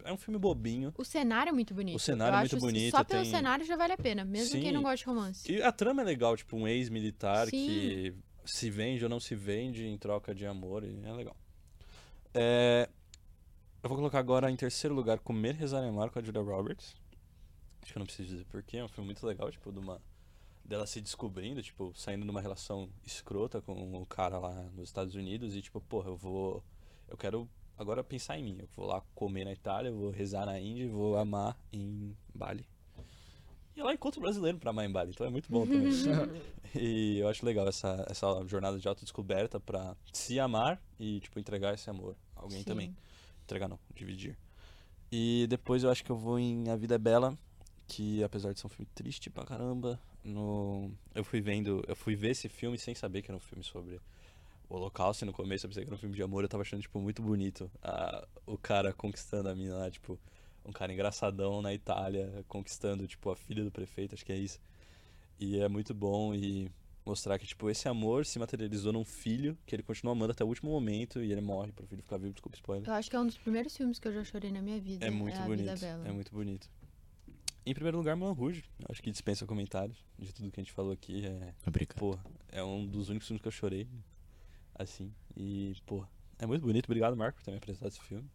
[SPEAKER 4] É um filme bobinho.
[SPEAKER 2] O cenário é muito bonito.
[SPEAKER 4] O cenário é
[SPEAKER 2] Eu
[SPEAKER 4] muito
[SPEAKER 2] acho assim,
[SPEAKER 4] bonito,
[SPEAKER 2] Só pelo
[SPEAKER 4] tem-
[SPEAKER 2] cenário já vale a pena, mesmo
[SPEAKER 4] Sim.
[SPEAKER 2] quem não gosta de romance.
[SPEAKER 4] E a trama é legal, tipo, um ex-militar
[SPEAKER 2] Sim.
[SPEAKER 4] que se vende ou não se vende em troca de amor, e é legal. É, Eu vou colocar agora em terceiro lugar Comer, Rezar e Amar com a Julia Roberts. Acho que eu não preciso dizer porquê, é um filme muito legal, tipo, de uma... dela se descobrindo, tipo, saindo de uma relação escrota com o cara lá nos Estados Unidos e tipo, porra, eu vou... Eu quero agora pensar em mim, eu vou lá comer na Itália, eu vou rezar na Índia, e vou amar em Bali. E ela encontra o brasileiro pra amar em Bali, então é muito bom também. e eu acho legal essa, essa jornada de autodescoberta pra se amar e, tipo, entregar esse amor. a Alguém
[SPEAKER 2] Sim.
[SPEAKER 4] também. Entregar não, dividir. E depois eu acho que eu vou em A Vida é Bela, que apesar de ser um filme triste pra caramba, no... eu fui vendo, eu fui ver esse filme sem saber que era um filme sobre o Holocausto e no começo eu pensei que era um filme de amor, eu tava achando, tipo, muito bonito a- o cara conquistando a mina lá, tipo, um cara engraçadão na Itália, conquistando, tipo, a filha do prefeito, acho que é isso. E é muito bom e mostrar que, tipo, esse amor se materializou num filho que ele continua amando até o último momento e ele morre pro filho ficar vivo, desculpa, o spoiler.
[SPEAKER 2] Eu acho que é um dos primeiros filmes que eu já chorei na minha vida.
[SPEAKER 4] É muito
[SPEAKER 2] a
[SPEAKER 4] bonito,
[SPEAKER 2] Vida Bela.
[SPEAKER 4] é muito bonito. Em primeiro lugar, Mulan Rouge, eu acho que dispensa comentários de tudo que a gente falou aqui, é...
[SPEAKER 1] Obrigado.
[SPEAKER 4] Pô, é um dos únicos filmes que eu chorei. Assim. E, pô, é muito bonito. Obrigado, Marco, por ter me apresentado esse filme.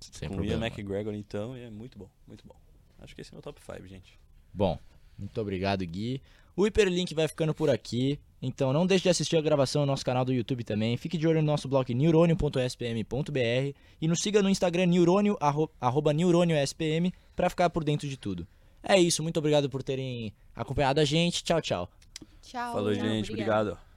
[SPEAKER 1] Sem
[SPEAKER 4] Com o Ian
[SPEAKER 1] problema.
[SPEAKER 4] McGregor, então, e é muito bom, muito bom. Acho que esse é meu top 5, gente.
[SPEAKER 1] Bom, muito obrigado, Gui. O hiperlink vai ficando por aqui. Então não deixe de assistir a gravação no nosso canal do YouTube também. Fique de olho no nosso blog neurônio.spm.br e nos siga no Instagram neurônio, arro- arroba neurônio.spm para ficar por dentro de tudo. É isso, muito obrigado por terem acompanhado a gente. Tchau, tchau.
[SPEAKER 2] Tchau.
[SPEAKER 4] Falou,
[SPEAKER 2] tchau,
[SPEAKER 4] gente.
[SPEAKER 2] Ah, obrigada.
[SPEAKER 4] Obrigado.